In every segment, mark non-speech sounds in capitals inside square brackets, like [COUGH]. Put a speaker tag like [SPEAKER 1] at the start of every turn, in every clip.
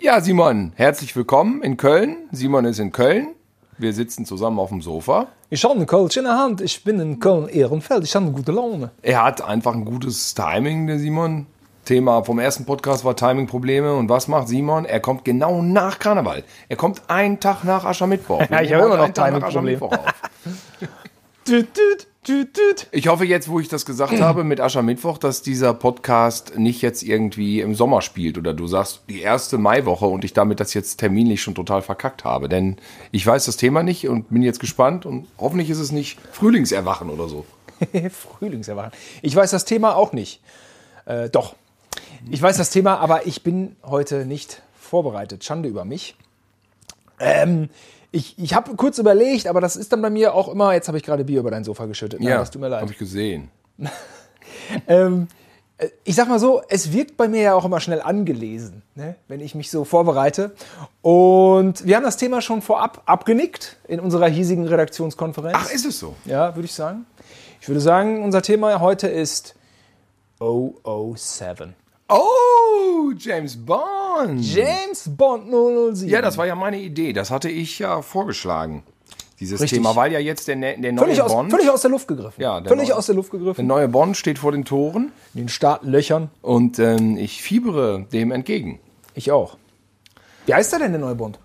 [SPEAKER 1] Ja, Simon, herzlich willkommen in Köln. Simon ist in Köln. Wir sitzen zusammen auf dem Sofa.
[SPEAKER 2] Ich habe einen Kölsch in der Hand. Ich bin in Köln Ehrenfeld. Ich habe eine gute Laune.
[SPEAKER 1] Er hat einfach ein gutes Timing, der Simon. Thema vom ersten Podcast war Timing-Probleme. Und was macht Simon? Er kommt genau nach Karneval. Er kommt einen Tag nach
[SPEAKER 2] [LAUGHS]
[SPEAKER 1] Aschermittwoch.
[SPEAKER 2] Ja, ich
[SPEAKER 1] Wir nehmen
[SPEAKER 2] habe immer noch
[SPEAKER 1] einen Tag nach
[SPEAKER 2] Timing-Problem.
[SPEAKER 1] Aschermittwoch auf.
[SPEAKER 2] Tüt, tüt, tüt, tüt.
[SPEAKER 1] Ich hoffe jetzt, wo ich das
[SPEAKER 2] [CLEARS THROAT]
[SPEAKER 1] gesagt habe mit Aschermittwoch, dass dieser Podcast nicht jetzt irgendwie im Sommer spielt oder du sagst die erste Maiwoche und ich damit das jetzt terminlich schon total verkackt habe. Denn ich weiß das Thema nicht und bin jetzt gespannt und hoffentlich ist es nicht Frühlingserwachen oder so.
[SPEAKER 2] [LAUGHS] Frühlingserwachen. Ich weiß das Thema auch nicht. Äh, doch. Ich weiß das Thema, aber ich bin heute nicht vorbereitet. Schande über mich. Ähm, ich ich habe kurz überlegt, aber das ist dann bei mir auch immer, jetzt habe ich gerade Bier über dein Sofa geschüttet. Nein, das tut mir leid.
[SPEAKER 1] Habe ich gesehen.
[SPEAKER 2] Ähm, äh, ich sag mal so, es wirkt bei mir ja auch immer schnell angelesen, ne? wenn ich mich so vorbereite. Und wir haben das Thema schon vorab abgenickt in unserer hiesigen Redaktionskonferenz.
[SPEAKER 1] Ach, ist es so?
[SPEAKER 2] Ja, würde ich sagen. Ich würde sagen, unser Thema heute ist 007.
[SPEAKER 1] Oh, James Bond.
[SPEAKER 2] James Bond 007.
[SPEAKER 1] Ja, das war ja meine Idee. Das hatte ich ja vorgeschlagen. Dieses
[SPEAKER 2] Richtig.
[SPEAKER 1] Thema, weil ja jetzt der, ne- der neue
[SPEAKER 2] völlig aus,
[SPEAKER 1] Bond,
[SPEAKER 2] völlig aus der Luft gegriffen.
[SPEAKER 1] Ja, der
[SPEAKER 2] völlig
[SPEAKER 1] neue-
[SPEAKER 2] aus der Luft
[SPEAKER 1] der
[SPEAKER 2] gegriffen.
[SPEAKER 1] neue Bond steht vor den Toren
[SPEAKER 2] In den Startlöchern.
[SPEAKER 1] und ähm, ich fiebere dem entgegen.
[SPEAKER 2] Ich auch. Wie heißt er denn, der neue Bond?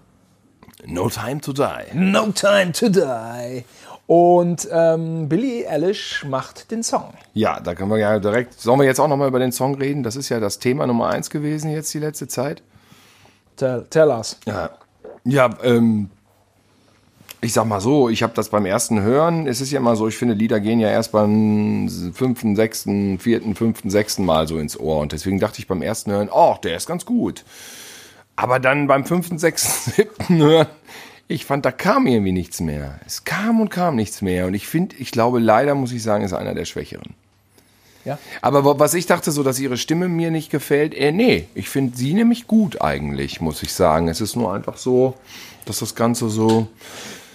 [SPEAKER 1] No time to die.
[SPEAKER 2] No Time to Die. Und ähm, Billie Eilish macht den Song.
[SPEAKER 1] Ja, da können wir ja direkt. Sollen wir jetzt auch nochmal über den Song reden? Das ist ja das Thema Nummer eins gewesen jetzt die letzte Zeit.
[SPEAKER 2] Tell, tell us.
[SPEAKER 1] Ja, ja ähm, ich sag mal so, ich habe das beim ersten Hören. Es ist ja immer so, ich finde, Lieder gehen ja erst beim fünften, sechsten, vierten, fünften, sechsten Mal so ins Ohr. Und deswegen dachte ich beim ersten Hören, oh, der ist ganz gut. Aber dann beim fünften, sechsten, [LAUGHS] siebten Hören, ich fand, da kam irgendwie nichts mehr. Es kam und kam nichts mehr. Und ich finde, ich glaube, leider muss ich sagen, ist er einer der Schwächeren.
[SPEAKER 2] Ja.
[SPEAKER 1] Aber wa- was ich dachte, so, dass ihre Stimme mir nicht gefällt, äh, nee, ich finde sie nämlich gut eigentlich, muss ich sagen. Es ist nur einfach so, dass das Ganze so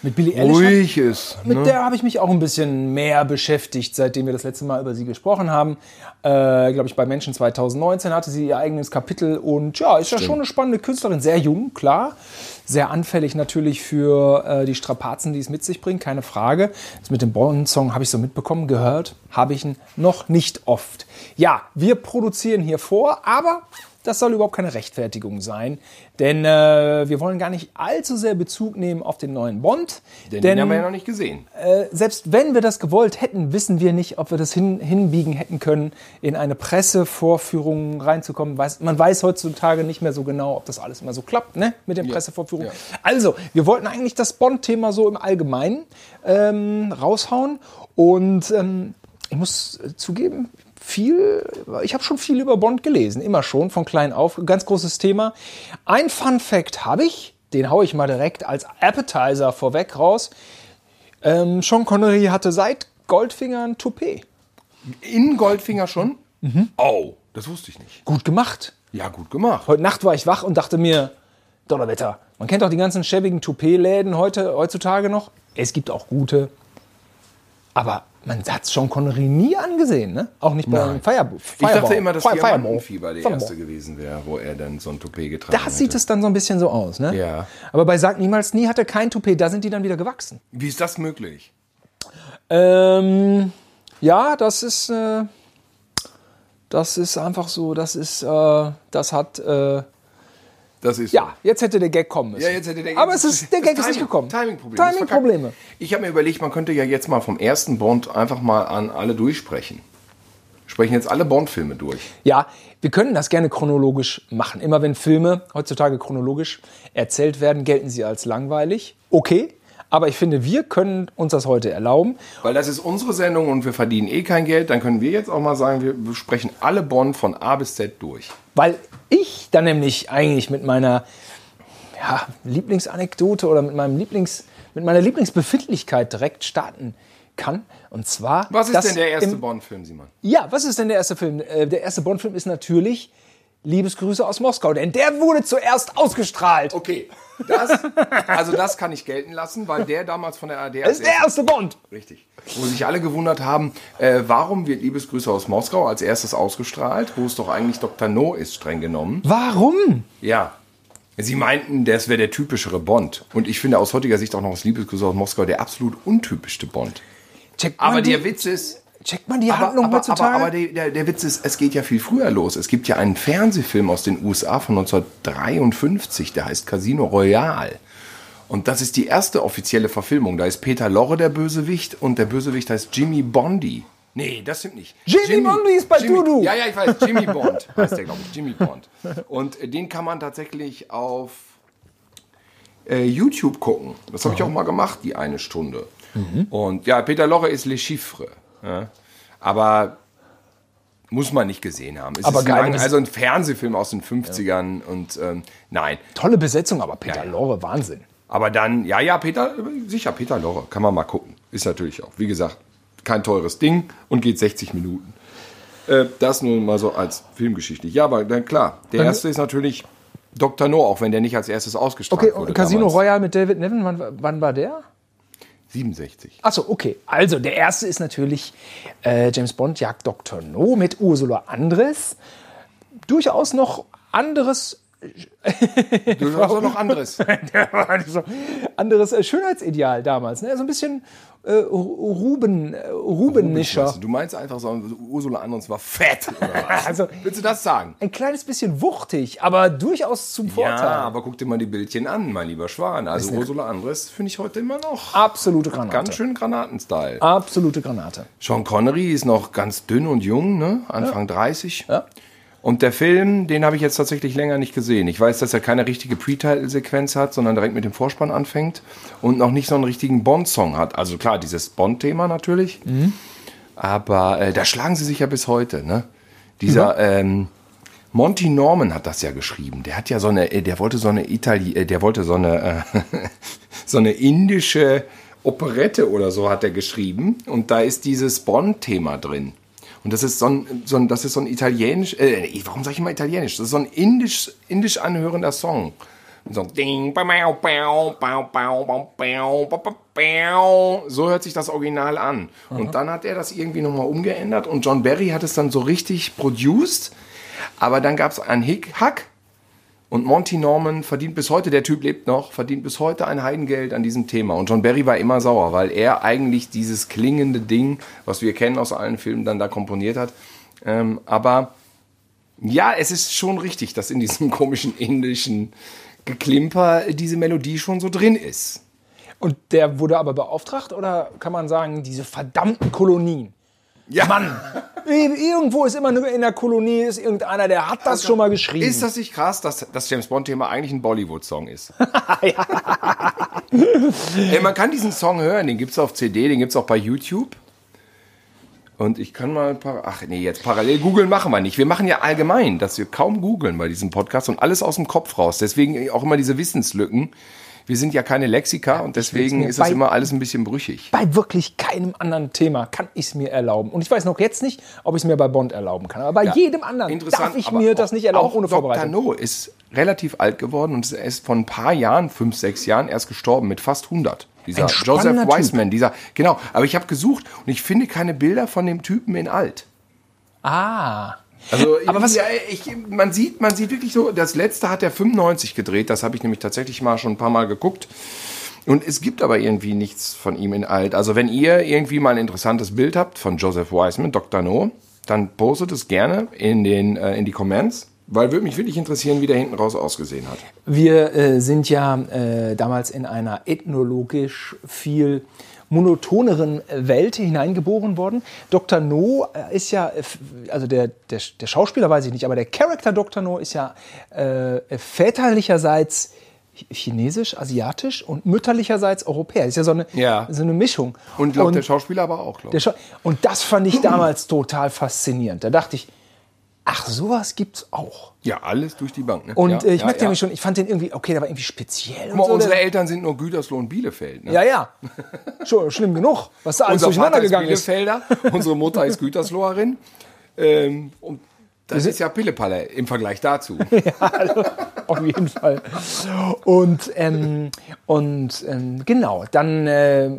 [SPEAKER 2] Mit Billie Eilish.
[SPEAKER 1] ruhig ist.
[SPEAKER 2] Mit der habe ich mich auch ein bisschen mehr beschäftigt, seitdem wir das letzte Mal über sie gesprochen haben. Äh, Glaube ich, bei Menschen 2019 hatte sie ihr eigenes Kapitel und ja, ist ja schon eine spannende Künstlerin. Sehr jung, klar. Sehr anfällig natürlich für äh, die Strapazen, die es mit sich bringt, keine Frage. Das mit dem Bond-Song habe ich so mitbekommen, gehört habe ich ihn noch nicht oft. Ja, wir produzieren hier vor, aber das soll überhaupt keine Rechtfertigung sein, denn äh, wir wollen gar nicht allzu sehr Bezug nehmen auf den neuen Bond.
[SPEAKER 1] Denn, den haben wir ja noch nicht gesehen.
[SPEAKER 2] Äh, selbst wenn wir das gewollt hätten, wissen wir nicht, ob wir das hin, hinbiegen hätten können, in eine Pressevorführung reinzukommen. Weiß, man weiß heutzutage nicht mehr so genau, ob das alles immer so klappt, ne? Mit den Pressevorführungen.
[SPEAKER 1] ja.
[SPEAKER 2] Also, wir wollten eigentlich das Bond-Thema so im Allgemeinen ähm, raushauen. Und ähm, ich muss äh, zugeben, viel, ich habe schon viel über Bond gelesen, immer schon, von klein auf. Ganz großes Thema. Ein Fun-Fact habe ich, den haue ich mal direkt als Appetizer vorweg raus. Ähm, Sean Connery hatte seit Goldfinger ein Toupet.
[SPEAKER 1] In Goldfinger schon?
[SPEAKER 2] Mhm.
[SPEAKER 1] Oh, das wusste ich nicht.
[SPEAKER 2] Gut gemacht.
[SPEAKER 1] Ja, gut gemacht.
[SPEAKER 2] Heute Nacht war ich wach und dachte mir, Donnerwetter, man kennt doch die ganzen schäbigen Toupet-Läden heute, heutzutage noch. Es gibt auch gute. Aber man hat Sean Connery nie angesehen, ne? Auch nicht bei Fire,
[SPEAKER 1] Ich dachte immer, dass
[SPEAKER 2] Fire,
[SPEAKER 1] Diamantenfieber der
[SPEAKER 2] Fireball.
[SPEAKER 1] erste gewesen wäre, wo er dann so ein Toupet getragen
[SPEAKER 2] Das sieht
[SPEAKER 1] hätte.
[SPEAKER 2] es dann so ein bisschen so aus, ne?
[SPEAKER 1] Ja.
[SPEAKER 2] Aber bei Sag niemals nie hat er kein Toupet, da sind die dann wieder gewachsen.
[SPEAKER 1] Wie ist das möglich?
[SPEAKER 2] Ähm, ja, das ist, äh, das ist einfach so, das ist, äh, das hat, äh,
[SPEAKER 1] Das ist
[SPEAKER 2] ja, jetzt hätte der Gag kommen müssen.
[SPEAKER 1] Ja, jetzt hätte der
[SPEAKER 2] Aber es ist, der
[SPEAKER 1] das
[SPEAKER 2] Gag ist nicht
[SPEAKER 1] Timing-
[SPEAKER 2] gekommen.
[SPEAKER 1] Timing-Probleme. ist verkackt.
[SPEAKER 2] Timing-Probleme.
[SPEAKER 1] Ich habe mir überlegt, man könnte ja jetzt mal vom ersten Bond einfach mal an alle durchsprechen. Sprechen jetzt alle Bond-Filme durch.
[SPEAKER 2] Ja, wir können das gerne chronologisch machen. Immer wenn Filme heutzutage chronologisch erzählt werden, gelten sie als langweilig. Okay, aber ich finde, wir können uns das heute erlauben.
[SPEAKER 1] Weil das ist unsere Sendung und wir verdienen eh kein Geld. Dann können wir jetzt auch mal sagen, wir besprechen alle Bond von A bis Z durch.
[SPEAKER 2] Weil ich dann nämlich eigentlich mit meiner ja, Lieblingsanekdote oder mit, meinem Lieblings, mit meiner Lieblingsbefindlichkeit direkt starten kann. Und zwar.
[SPEAKER 1] Was ist
[SPEAKER 2] dass
[SPEAKER 1] denn der erste
[SPEAKER 2] im-
[SPEAKER 1] Bond-Film, Simon?
[SPEAKER 2] Ja, was ist denn der erste Film? Äh, Der erste Bond-Film ist natürlich Liebesgrüße aus Moskau, denn der wurde zuerst ausgestrahlt.
[SPEAKER 1] Okay, das, also das kann ich gelten lassen, weil der damals von der ARD
[SPEAKER 2] Das
[SPEAKER 1] als
[SPEAKER 2] ist der erste Bond.
[SPEAKER 1] Richtig. Wo sich alle gewundert haben, äh, warum wird Liebesgrüße aus Moskau als erstes ausgestrahlt, wo es doch eigentlich Dr. No ist, streng genommen.
[SPEAKER 2] Warum?
[SPEAKER 1] Ja, Sie meinten, das wäre der typischere Bond. Und ich finde aus heutiger Sicht auch noch aus Liebesgruß aus Moskau der absolut untypischste Bond.
[SPEAKER 2] Checkt man
[SPEAKER 1] Aber
[SPEAKER 2] die,
[SPEAKER 1] der Witz ist,
[SPEAKER 2] checkt man die
[SPEAKER 1] aber,
[SPEAKER 2] Handlung
[SPEAKER 1] aber, aber,
[SPEAKER 2] heutzutage?
[SPEAKER 1] aber der, der- der Witz ist, es geht ja viel früher los. Es gibt ja einen Fernsehfilm aus den USA von 1953, der heißt Casino Royale. Und das ist die erste offizielle Verfilmung. Da ist Peter Lorre der Bösewicht und der Bösewicht heißt Jimmy Bondi. Nee, das stimmt nicht.
[SPEAKER 2] Jimmy Bondi ist bei
[SPEAKER 1] Jimmy,
[SPEAKER 2] Dudu.
[SPEAKER 1] Ja, ja, ich weiß. Jimmy Bond heißt der, glaube ich. Jimmy Bond. Und äh, den kann man tatsächlich auf äh, YouTube gucken. Das habe ich auch mal gemacht, die eine Stunde. Und ja, Peter Lorre ist Le Chiffre. Ja. Aber muss man nicht gesehen haben. Es
[SPEAKER 2] Aber
[SPEAKER 1] ist
[SPEAKER 2] geil,
[SPEAKER 1] ein,
[SPEAKER 2] das-
[SPEAKER 1] also ein Fernsehfilm aus den 50ern und ähm, nein.
[SPEAKER 2] Tolle Besetzung, aber Peter
[SPEAKER 1] Ja, ja.
[SPEAKER 2] Lorre, Wahnsinn.
[SPEAKER 1] Aber dann, ja, ja, Peter, sicher, Peter Lorre, kann man mal gucken. Ist natürlich auch, wie gesagt, kein teures Ding und geht 60 Minuten. Äh, das nur mal so als Filmgeschichte. Ja, aber dann klar, der erste ist natürlich Dr. No, auch wenn der nicht als erstes ausgestrahlt
[SPEAKER 2] Okay,
[SPEAKER 1] wurde.
[SPEAKER 2] und Casino
[SPEAKER 1] damals.
[SPEAKER 2] Royale mit David Nevin, wann, wann war der? [LAUGHS]
[SPEAKER 1] 67.
[SPEAKER 2] Achso, okay. Also, der erste ist natürlich äh, James Bond jagt Dr. No mit Ursula Andres. Durchaus noch anderes, [LAUGHS]
[SPEAKER 1] Du hast auch noch anderes.
[SPEAKER 2] anderes äh, Schönheitsideal damals. Ne? So ein bisschen äh, Ru- Ruben, äh, Rubenischer.
[SPEAKER 1] Du meinst einfach so, Ursula Androns war fett. Oder was?
[SPEAKER 2] [LAUGHS] Also,
[SPEAKER 1] Willst du das sagen?
[SPEAKER 2] ein kleines bisschen wuchtig, aber durchaus zum Vorteil.
[SPEAKER 1] Ja, aber guck dir mal die Bildchen an, mein lieber Schwan. Also Ursula Andres finde ich heute immer
[SPEAKER 2] Ah,
[SPEAKER 1] noch
[SPEAKER 2] Absolute Granate.
[SPEAKER 1] ganz schön Granatenstyle.
[SPEAKER 2] Absolute Granate.
[SPEAKER 1] Sean Connery ist noch ganz dünn und jung, ne? Anfang 30. Und der Film, den habe ich jetzt tatsächlich länger nicht gesehen. Ich weiß, dass er keine richtige Pre-Title-Sequenz hat, sondern direkt mit dem Vorspann anfängt und noch nicht so einen richtigen Bond-Song hat. Also klar, dieses Bond-Thema natürlich. Aber äh, da schlagen sie sich ja bis heute, ne? Dieser ähm, Monty Norman hat das ja geschrieben. Der hat ja so eine, äh, der wollte so eine Itali, äh, der wollte so eine, äh, [LAUGHS] so eine indische Operette oder so hat er geschrieben. Und da ist dieses Bond-Thema drin. Und das ist so ein, so ein, das ist so ein italienisch, äh, warum sage ich immer italienisch? Das ist so ein indisch, indisch anhörender Song. So ein Ding, bau, bau, bau, bau, bau, bau, bau, bau, bau, bau. So hört sich das Original an. Und dann hat er das irgendwie nochmal umgeändert und John Barry hat es dann so richtig produced. Aber dann gab es einen Hick, Hack und Monty Norman verdient bis heute, der Typ lebt noch, verdient bis heute ein Heidengeld an diesem Thema. Und John Barry war immer sauer, weil er eigentlich dieses klingende Ding, was wir kennen aus allen Filmen, dann da komponiert hat. Ähm, aber ja, es ist schon richtig, dass in diesem [LAUGHS] komischen indischen Geklimper diese Melodie schon so drin ist.
[SPEAKER 2] Und der wurde aber beauftragt oder kann man sagen, diese verdammten Kolonien?
[SPEAKER 1] Ja, Mann,
[SPEAKER 2] Ir- Irgendwo ist immer nur in der Kolonie ist irgendeiner, der hat das schon mal geschrieben.
[SPEAKER 1] Also, ist das nicht krass, dass das James Bond-Thema eigentlich ein Bollywood-Song ist?
[SPEAKER 2] [LAUGHS]
[SPEAKER 1] Ey, man kann diesen Song hören, den gibt's auf CD, den gibt's auch bei YouTube. Und ich kann mal ein paar. Ach nee, jetzt parallel googeln machen wir nicht. Wir machen ja allgemein, dass wir kaum googeln bei diesem Podcast und alles aus dem Kopf raus. Deswegen auch immer diese Wissenslücken. Wir sind ja keine Lexiker und deswegen
[SPEAKER 2] mir
[SPEAKER 1] ist es
[SPEAKER 2] bei-
[SPEAKER 1] immer alles ein bisschen brüchig.
[SPEAKER 2] bei wirklich keinem anderen Thema kann ich es mir erlauben. Und ich weiß noch jetzt nicht, ob ich es mir bei Bond erlauben kann. Aber bei jedem anderen darf ich
[SPEAKER 1] aber
[SPEAKER 2] mir das nicht erlauben
[SPEAKER 1] auch
[SPEAKER 2] ohne
[SPEAKER 1] Dr.
[SPEAKER 2] Vorbereitung.
[SPEAKER 1] No ist relativ alt geworden und ist vor ein paar Jahren, fünf, sechs Jahren, erst gestorben mit fast 100. Dieser
[SPEAKER 2] Ein
[SPEAKER 1] Joseph
[SPEAKER 2] spannender Typ.
[SPEAKER 1] Wiseman, dieser, genau. Aber ich habe gesucht und ich finde keine Bilder von dem Typen in alt.
[SPEAKER 2] Ah.
[SPEAKER 1] Also,
[SPEAKER 2] Aber was-
[SPEAKER 1] ja, ich, man sieht, man sieht wirklich so, das letzte hat er 95 gedreht, das habe ich nämlich tatsächlich mal schon ein paar Mal geguckt. Und es gibt aber irgendwie nichts von ihm in alt. Also, wenn ihr irgendwie mal ein interessantes Bild habt von Joseph Wiseman, Dr. No, dann postet es gerne in den äh, in die Comments, weil würde mich wirklich interessieren, wie der hinten raus ausgesehen hat.
[SPEAKER 2] Wir äh, sind ja äh, damals in einer ethnologisch viel monotoneren Welt hineingeboren worden. Dr. No äh, ist ja, äh, f- also der, der, der Schauspieler weiß ich nicht, aber der Charakter Dr. No ist ja äh, väterlicherseits chi- chinesisch, asiatisch und mütterlicherseits europäer. Ist ja so eine,
[SPEAKER 1] Ja.
[SPEAKER 2] so eine Mischung.
[SPEAKER 1] Und glaubt der Schauspieler aber auch, glaube
[SPEAKER 2] Der
[SPEAKER 1] ich.
[SPEAKER 2] Scho- und das fand ich damals total faszinierend. Da dachte ich, ach, sowas gibt's auch.
[SPEAKER 1] Ja, alles durch die Bank. Ne?
[SPEAKER 2] Und
[SPEAKER 1] ja,
[SPEAKER 2] äh, ich
[SPEAKER 1] ja,
[SPEAKER 2] merkte
[SPEAKER 1] ja.
[SPEAKER 2] nämlich schon, ich fand den irgendwie, okay, der war irgendwie speziell. Und
[SPEAKER 1] Guck
[SPEAKER 2] so,
[SPEAKER 1] mal, unsere
[SPEAKER 2] der,
[SPEAKER 1] Eltern sind nur Gütersloh und Bielefeld. Ne?
[SPEAKER 2] ja, ja.
[SPEAKER 1] [LAUGHS]
[SPEAKER 2] Schon schlimm genug, was da alles
[SPEAKER 1] Unser Vater
[SPEAKER 2] durcheinander
[SPEAKER 1] ist
[SPEAKER 2] gegangen ist.
[SPEAKER 1] Bielefelder, [LAUGHS] unsere Mutter ist Gütersloherin. Ähm, und das ist ja Pillepalle im Vergleich dazu.
[SPEAKER 2] [LAUGHS] also, Auf jeden Fall. Und, ähm, und ähm, genau, dann äh,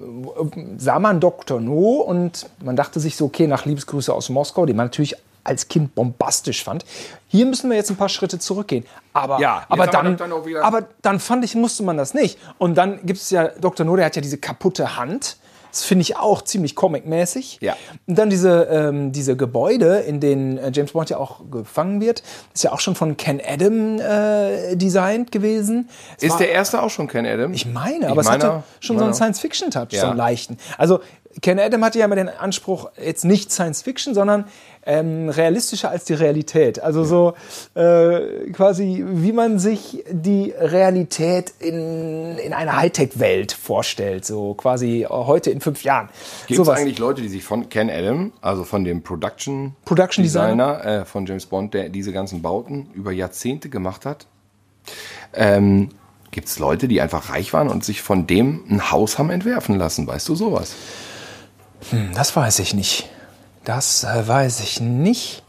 [SPEAKER 2] sah man Dr. No und man dachte sich so, okay, nach Liebesgrüße aus Moskau, den man natürlich als Kind bombastisch fand. Hier müssen wir jetzt ein paar Schritte zurückgehen. Aber,
[SPEAKER 1] Ja, jetzt
[SPEAKER 2] aber,
[SPEAKER 1] haben wir
[SPEAKER 2] dann,
[SPEAKER 1] Dr. No wieder-
[SPEAKER 2] aber dann fand ich, musste man das nicht. Und dann gibt es ja, Dr. No, der hat ja diese kaputte Hand. Das finde ich auch ziemlich comic-mäßig.
[SPEAKER 1] Ja.
[SPEAKER 2] Und dann diese, ähm, diese Gebäude, in denen äh, James Bond ja auch gefangen wird, ist ja auch schon von Ken Adam äh, designt gewesen. Es
[SPEAKER 1] Ist
[SPEAKER 2] war-
[SPEAKER 1] der erste auch schon Ken Adam?
[SPEAKER 2] ich meine, aber es
[SPEAKER 1] meine-
[SPEAKER 2] hatte schon so einen
[SPEAKER 1] meine-
[SPEAKER 2] Science-Fiction-Touch, so
[SPEAKER 1] Ja.
[SPEAKER 2] einen leichten. Also Ken Adam hatte ja immer den Anspruch, jetzt nicht Science-Fiction, sondern ähm, realistischer als die Realität. Also so äh, quasi, wie man sich die Realität in, in einer Hightech-Welt vorstellt. So quasi heute in fünf Jahren.
[SPEAKER 1] Gibt es eigentlich Leute, die sich von Ken Adam, also von dem Production,
[SPEAKER 2] Production Designer?
[SPEAKER 1] äh, von James Bond, der diese ganzen Bauten über Jahrzehnte gemacht hat? Ähm, Gibt es Leute, die einfach reich waren und sich von dem ein Haus haben entwerfen lassen? Weißt du sowas?
[SPEAKER 2] Das weiß ich nicht. Das äh, weiß ich nicht.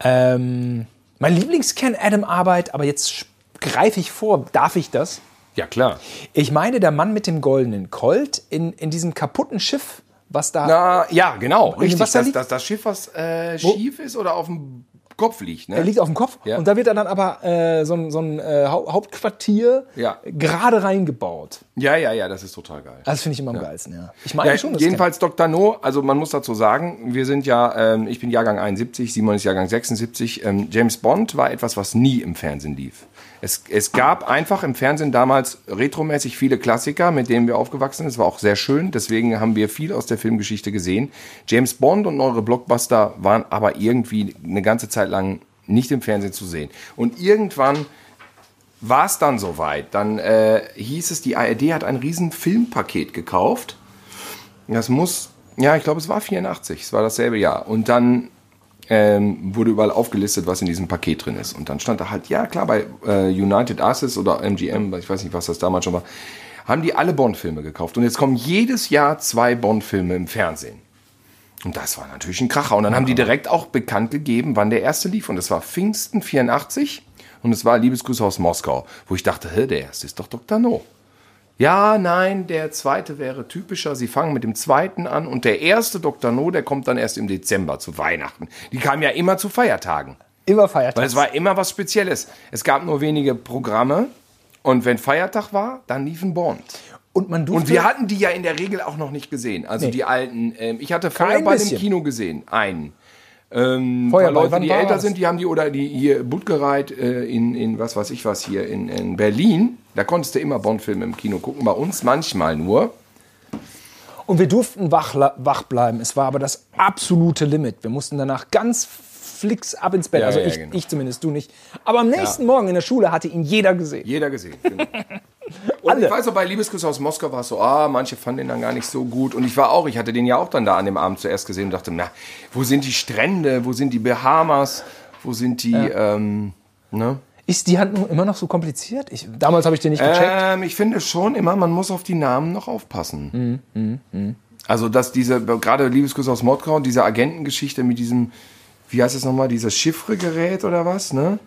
[SPEAKER 2] Ähm, mein Lieblings-Ken Adam-Arbeit, aber jetzt greife ich vor, darf ich das?
[SPEAKER 1] Ja, klar.
[SPEAKER 2] Ich meine, der Mann mit dem goldenen Colt in, in diesem kaputten Schiff, was da.
[SPEAKER 1] Na, ja, genau. Richtig.
[SPEAKER 2] Wasser
[SPEAKER 1] Das,
[SPEAKER 2] Äh, liegt-
[SPEAKER 1] das, das Schiff, was äh, schief ist oder auf dem Kopf liegt.
[SPEAKER 2] Er
[SPEAKER 1] Ne?
[SPEAKER 2] liegt auf dem Kopf
[SPEAKER 1] Ja.
[SPEAKER 2] und da wird er dann aber äh, so ein, so ein äh, Hau- Hauptquartier
[SPEAKER 1] Ja.
[SPEAKER 2] gerade reingebaut. Also,
[SPEAKER 1] Ja, ja, ja, das ist total geil.
[SPEAKER 2] Das finde ich immer am geilsten, ja. Ich meine
[SPEAKER 1] Ja,
[SPEAKER 2] schon, das
[SPEAKER 1] jedenfalls Dr. No, also man muss dazu sagen, wir sind ja, ähm, ich bin Jahrgang 71, Simon ist Jahrgang 76. Ähm, James Bond war etwas, was nie im Fernsehen lief. Es, es gab einfach im Fernsehen damals retromäßig viele Klassiker, mit denen wir aufgewachsen sind. Es war auch sehr schön, deswegen haben wir viel aus der Filmgeschichte gesehen. James Bond und eure Blockbuster waren aber irgendwie eine ganze Zeit lang nicht im Fernsehen zu sehen. Und irgendwann war es dann soweit. Dann äh, hieß es, die ARD hat ein riesen Filmpaket gekauft. Das muss, ja, ich glaube, es war 84, es war dasselbe Jahr. Und dann ähm, wurde überall aufgelistet, was in diesem Paket drin ist. Und dann stand da halt, ja klar, bei äh, United Artists oder MGM, ich weiß nicht, was das damals schon war, haben die alle Bond-Filme gekauft. Und jetzt kommen jedes Jahr zwei Bond-Filme im Fernsehen. Und das war natürlich ein Kracher. Und dann haben die direkt auch bekannt gegeben, wann der erste lief. Und das war Pfingsten 84 und es war Liebesgrüße aus Moskau, wo ich dachte, hä, der erste ist doch Dr. No. Ja, nein, der zweite wäre typischer. Sie fangen mit dem zweiten an und der erste Dr. No, der kommt dann erst im Dezember zu Weihnachten. Die kamen ja immer zu Feiertagen.
[SPEAKER 2] immer feiert.
[SPEAKER 1] Weil es war immer was Spezielles. Es gab nur wenige Programme und wenn Feiertag war, dann liefen Bond.
[SPEAKER 2] und man durfte.
[SPEAKER 1] Und wir hatten die ja in der Regel auch noch nicht gesehen. Also die alten. Ähm, ich hatte
[SPEAKER 2] Kein
[SPEAKER 1] Feuerball im
[SPEAKER 2] bisschen.
[SPEAKER 1] Kino gesehen. Einen. Ähm,
[SPEAKER 2] Feuerball,
[SPEAKER 1] Feuerball, Leute,
[SPEAKER 2] wann
[SPEAKER 1] die
[SPEAKER 2] war
[SPEAKER 1] älter
[SPEAKER 2] das?
[SPEAKER 1] sind, die haben die oder die hier Budgereit äh, in, in was weiß ich was hier in, in Berlin. Da konntest du immer Bond-Filme im Kino gucken. Bei uns manchmal nur.
[SPEAKER 2] Und wir durften wach, wach bleiben. Es war aber das absolute Limit. Wir mussten danach ganz flicks ab ins Bett.
[SPEAKER 1] Ja,
[SPEAKER 2] also
[SPEAKER 1] ja,
[SPEAKER 2] ich,
[SPEAKER 1] genau.
[SPEAKER 2] ich zumindest, du nicht. Aber am nächsten Morgen in der Schule hatte ihn jeder gesehen.
[SPEAKER 1] Jeder
[SPEAKER 2] [LAUGHS]
[SPEAKER 1] gesehen. Genau. Und
[SPEAKER 2] Alle.
[SPEAKER 1] ich weiß auch, bei Liebesgrüße aus Moskau war es so, ah, manche fanden den dann gar nicht so gut. Und ich war auch, ich hatte den ja auch dann da an dem Abend zuerst gesehen und dachte, na, wo sind die Strände, wo sind die Bahamas, wo sind die, ähm, ne?
[SPEAKER 2] Ist die Hand nun immer noch so kompliziert? Ich, damals habe ich den nicht gecheckt.
[SPEAKER 1] Ähm, ich finde schon immer, man muss auf die Namen noch aufpassen. Also, dass diese, gerade Liebesgrüße aus Moskau, diese Agentengeschichte mit diesem, wie heißt es nochmal, dieses Chiffregerät oder was, ne?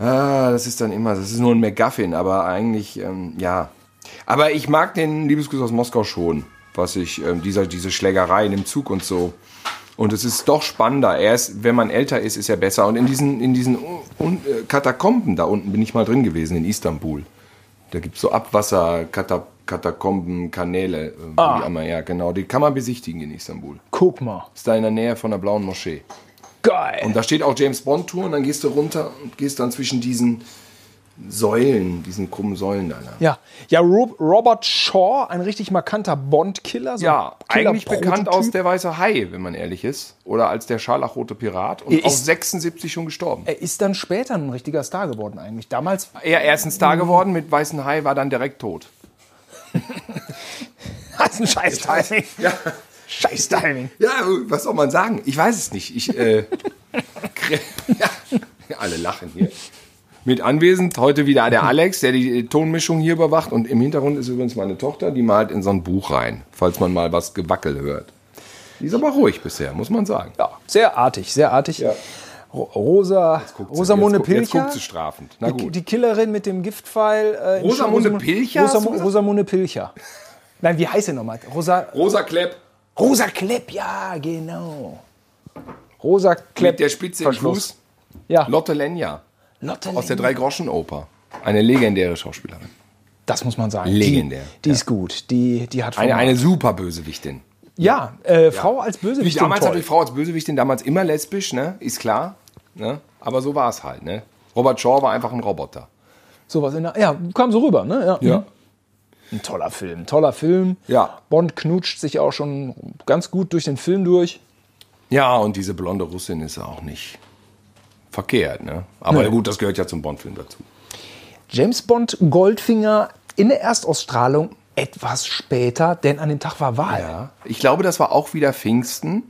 [SPEAKER 1] Ah, das ist dann immer, das ist nur ein McGuffin, aber eigentlich, ähm, ja. Aber ich mag den Liebesgruß aus Moskau schon, was ich, ähm, dieser, diese Schlägereien im Zug und so. Und es ist doch spannender. Er ist, wenn man älter ist, ist er besser. Und in diesen, in diesen un, un, äh, Katakomben da unten bin ich mal drin gewesen, in Istanbul. Da gibt es so Abwasser, Kata, Katakomben, Kanäle. Äh, wo die einmal- ja, genau. Die kann man besichtigen in Istanbul.
[SPEAKER 2] Guck mal.
[SPEAKER 1] Ist da in der Nähe von der Blauen Moschee.
[SPEAKER 2] Geil.
[SPEAKER 1] Und da steht auch James Bond Tour und dann gehst du runter und gehst dann zwischen diesen Säulen, diesen krummen Säulen da. lang.
[SPEAKER 2] Ja, ja Rob, Robert Shaw, ein richtig markanter Bond-Killer. So
[SPEAKER 1] Ja,
[SPEAKER 2] ein Killer-
[SPEAKER 1] eigentlich bekannt
[SPEAKER 2] Prototyp.
[SPEAKER 1] aus der Weiße Hai, wenn man ehrlich ist. Oder als der scharlachrote Pirat und
[SPEAKER 2] Er
[SPEAKER 1] auch
[SPEAKER 2] ist-
[SPEAKER 1] 76 schon gestorben.
[SPEAKER 2] Er ist dann später ein richtiger Star geworden eigentlich. Damals,
[SPEAKER 1] Er erstens da geworden, mit Weißen Hai war dann direkt tot.
[SPEAKER 2] [LAUGHS] das ist ein scheiß Timing.
[SPEAKER 1] Ja,
[SPEAKER 2] Scheiß Timing.
[SPEAKER 1] ja was soll man sagen? Ich weiß es nicht. Ich, äh,
[SPEAKER 2] [LAUGHS]
[SPEAKER 1] kre- ja, alle lachen hier. Mit anwesend heute wieder der Alex, der die äh, Tonmischung hier überwacht. Und im Hintergrund ist übrigens meine Tochter, die malt in so ein Buch rein, falls man mal was Gewackel hört. Die ist aber ruhig bisher, muss man sagen.
[SPEAKER 2] Ja, sehr artig, sehr artig.
[SPEAKER 1] Ja.
[SPEAKER 2] Ro- Rosa,
[SPEAKER 1] Guckt sie-
[SPEAKER 2] Rosamunde
[SPEAKER 1] jetzt, gu- Jetzt
[SPEAKER 2] Pilcher.
[SPEAKER 1] guckt sie strafend. Na
[SPEAKER 2] Die,
[SPEAKER 1] gut.
[SPEAKER 2] die Killerin mit dem Giftpfeil. Äh, im
[SPEAKER 1] Rosamunde
[SPEAKER 2] Sturm-
[SPEAKER 1] Pilcher, hast du
[SPEAKER 2] Rosam
[SPEAKER 1] gesagt?
[SPEAKER 2] Rosamunde Pilcher. Nein, wie heißt sie nochmal? Rosa,
[SPEAKER 1] Rosa Klepp.
[SPEAKER 2] Rosa Klepp, ja, genau. Rosa
[SPEAKER 1] Mit
[SPEAKER 2] Klepp.
[SPEAKER 1] der Spitze im
[SPEAKER 2] Verschluss.
[SPEAKER 1] Fuß
[SPEAKER 2] Ja.
[SPEAKER 1] Lotte Lenya
[SPEAKER 2] Lotte
[SPEAKER 1] aus der Drei-Groschen-Oper. Eine legendäre Schauspielerin.
[SPEAKER 2] Das muss man sagen.
[SPEAKER 1] Legendär.
[SPEAKER 2] Die, die ist gut. Die, die hat
[SPEAKER 1] Eine,
[SPEAKER 2] Format.
[SPEAKER 1] eine super Bösewichtin.
[SPEAKER 2] Ja, äh, Frau als Bösewicht.
[SPEAKER 1] damals
[SPEAKER 2] toll.
[SPEAKER 1] natürlich Frau als Bösewichtin, damals immer lesbisch, ne? Ist klar. Ne? Aber so war es halt, ne? Robert Shaw war einfach ein Roboter.
[SPEAKER 2] Sowas in der, ja, kam so rüber, ne?
[SPEAKER 1] Ja.
[SPEAKER 2] Ein toller Film, toller Film.
[SPEAKER 1] Ja.
[SPEAKER 2] Bond knutscht sich auch schon ganz gut durch den Film durch.
[SPEAKER 1] Ja, und diese blonde Russin ist ja auch nicht verkehrt, ne? Aber gut, das gehört ja zum Bond-Film dazu.
[SPEAKER 2] James Bond Goldfinger in der Erstausstrahlung etwas später, denn an dem Tag war Wahl.
[SPEAKER 1] Ja. Ich glaube, das war auch wieder Pfingsten,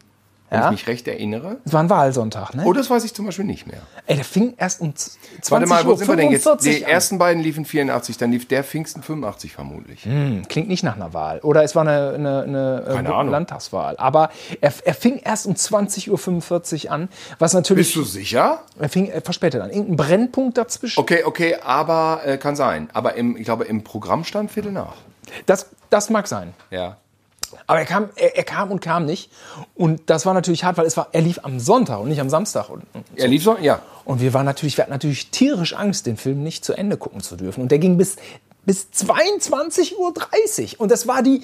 [SPEAKER 1] wenn
[SPEAKER 2] Ja.
[SPEAKER 1] ich mich recht erinnere.
[SPEAKER 2] Es war ein Wahlsonntag, ne?
[SPEAKER 1] Oh, das weiß ich zum Beispiel nicht mehr.
[SPEAKER 2] Ey, der fing erst um z- 20
[SPEAKER 1] Warte mal, wo
[SPEAKER 2] Uhr
[SPEAKER 1] sind wir denn jetzt?
[SPEAKER 2] 45
[SPEAKER 1] Die
[SPEAKER 2] an.
[SPEAKER 1] ersten beiden liefen 84, dann lief der Pfingsten 85 vermutlich.
[SPEAKER 2] Hm. Klingt nicht nach einer Wahl. Oder es war eine, eine, eine äh,
[SPEAKER 1] Keine Ahnung.
[SPEAKER 2] Landtagswahl. Aber er, er fing erst um 20.45 Uhr an, was natürlich.
[SPEAKER 1] Bist du sicher?
[SPEAKER 2] Er fing äh, verspätet an. Irgendein Brennpunkt dazwischen.
[SPEAKER 1] Okay, okay, aber äh, kann sein. Aber im, ich glaube, im Programm stand Viertel nach.
[SPEAKER 2] Das, das mag sein.
[SPEAKER 1] Ja.
[SPEAKER 2] Aber er kam, er, er kam und kam nicht. Und das war natürlich hart, weil es war, er lief am Sonntag und nicht am Samstag. Und,
[SPEAKER 1] Er lief so? Ja.
[SPEAKER 2] und wir waren natürlich, wir hatten natürlich tierisch Angst, den Film nicht zu Ende gucken zu dürfen. Und der ging bis, bis 22.30 Uhr. Und das war die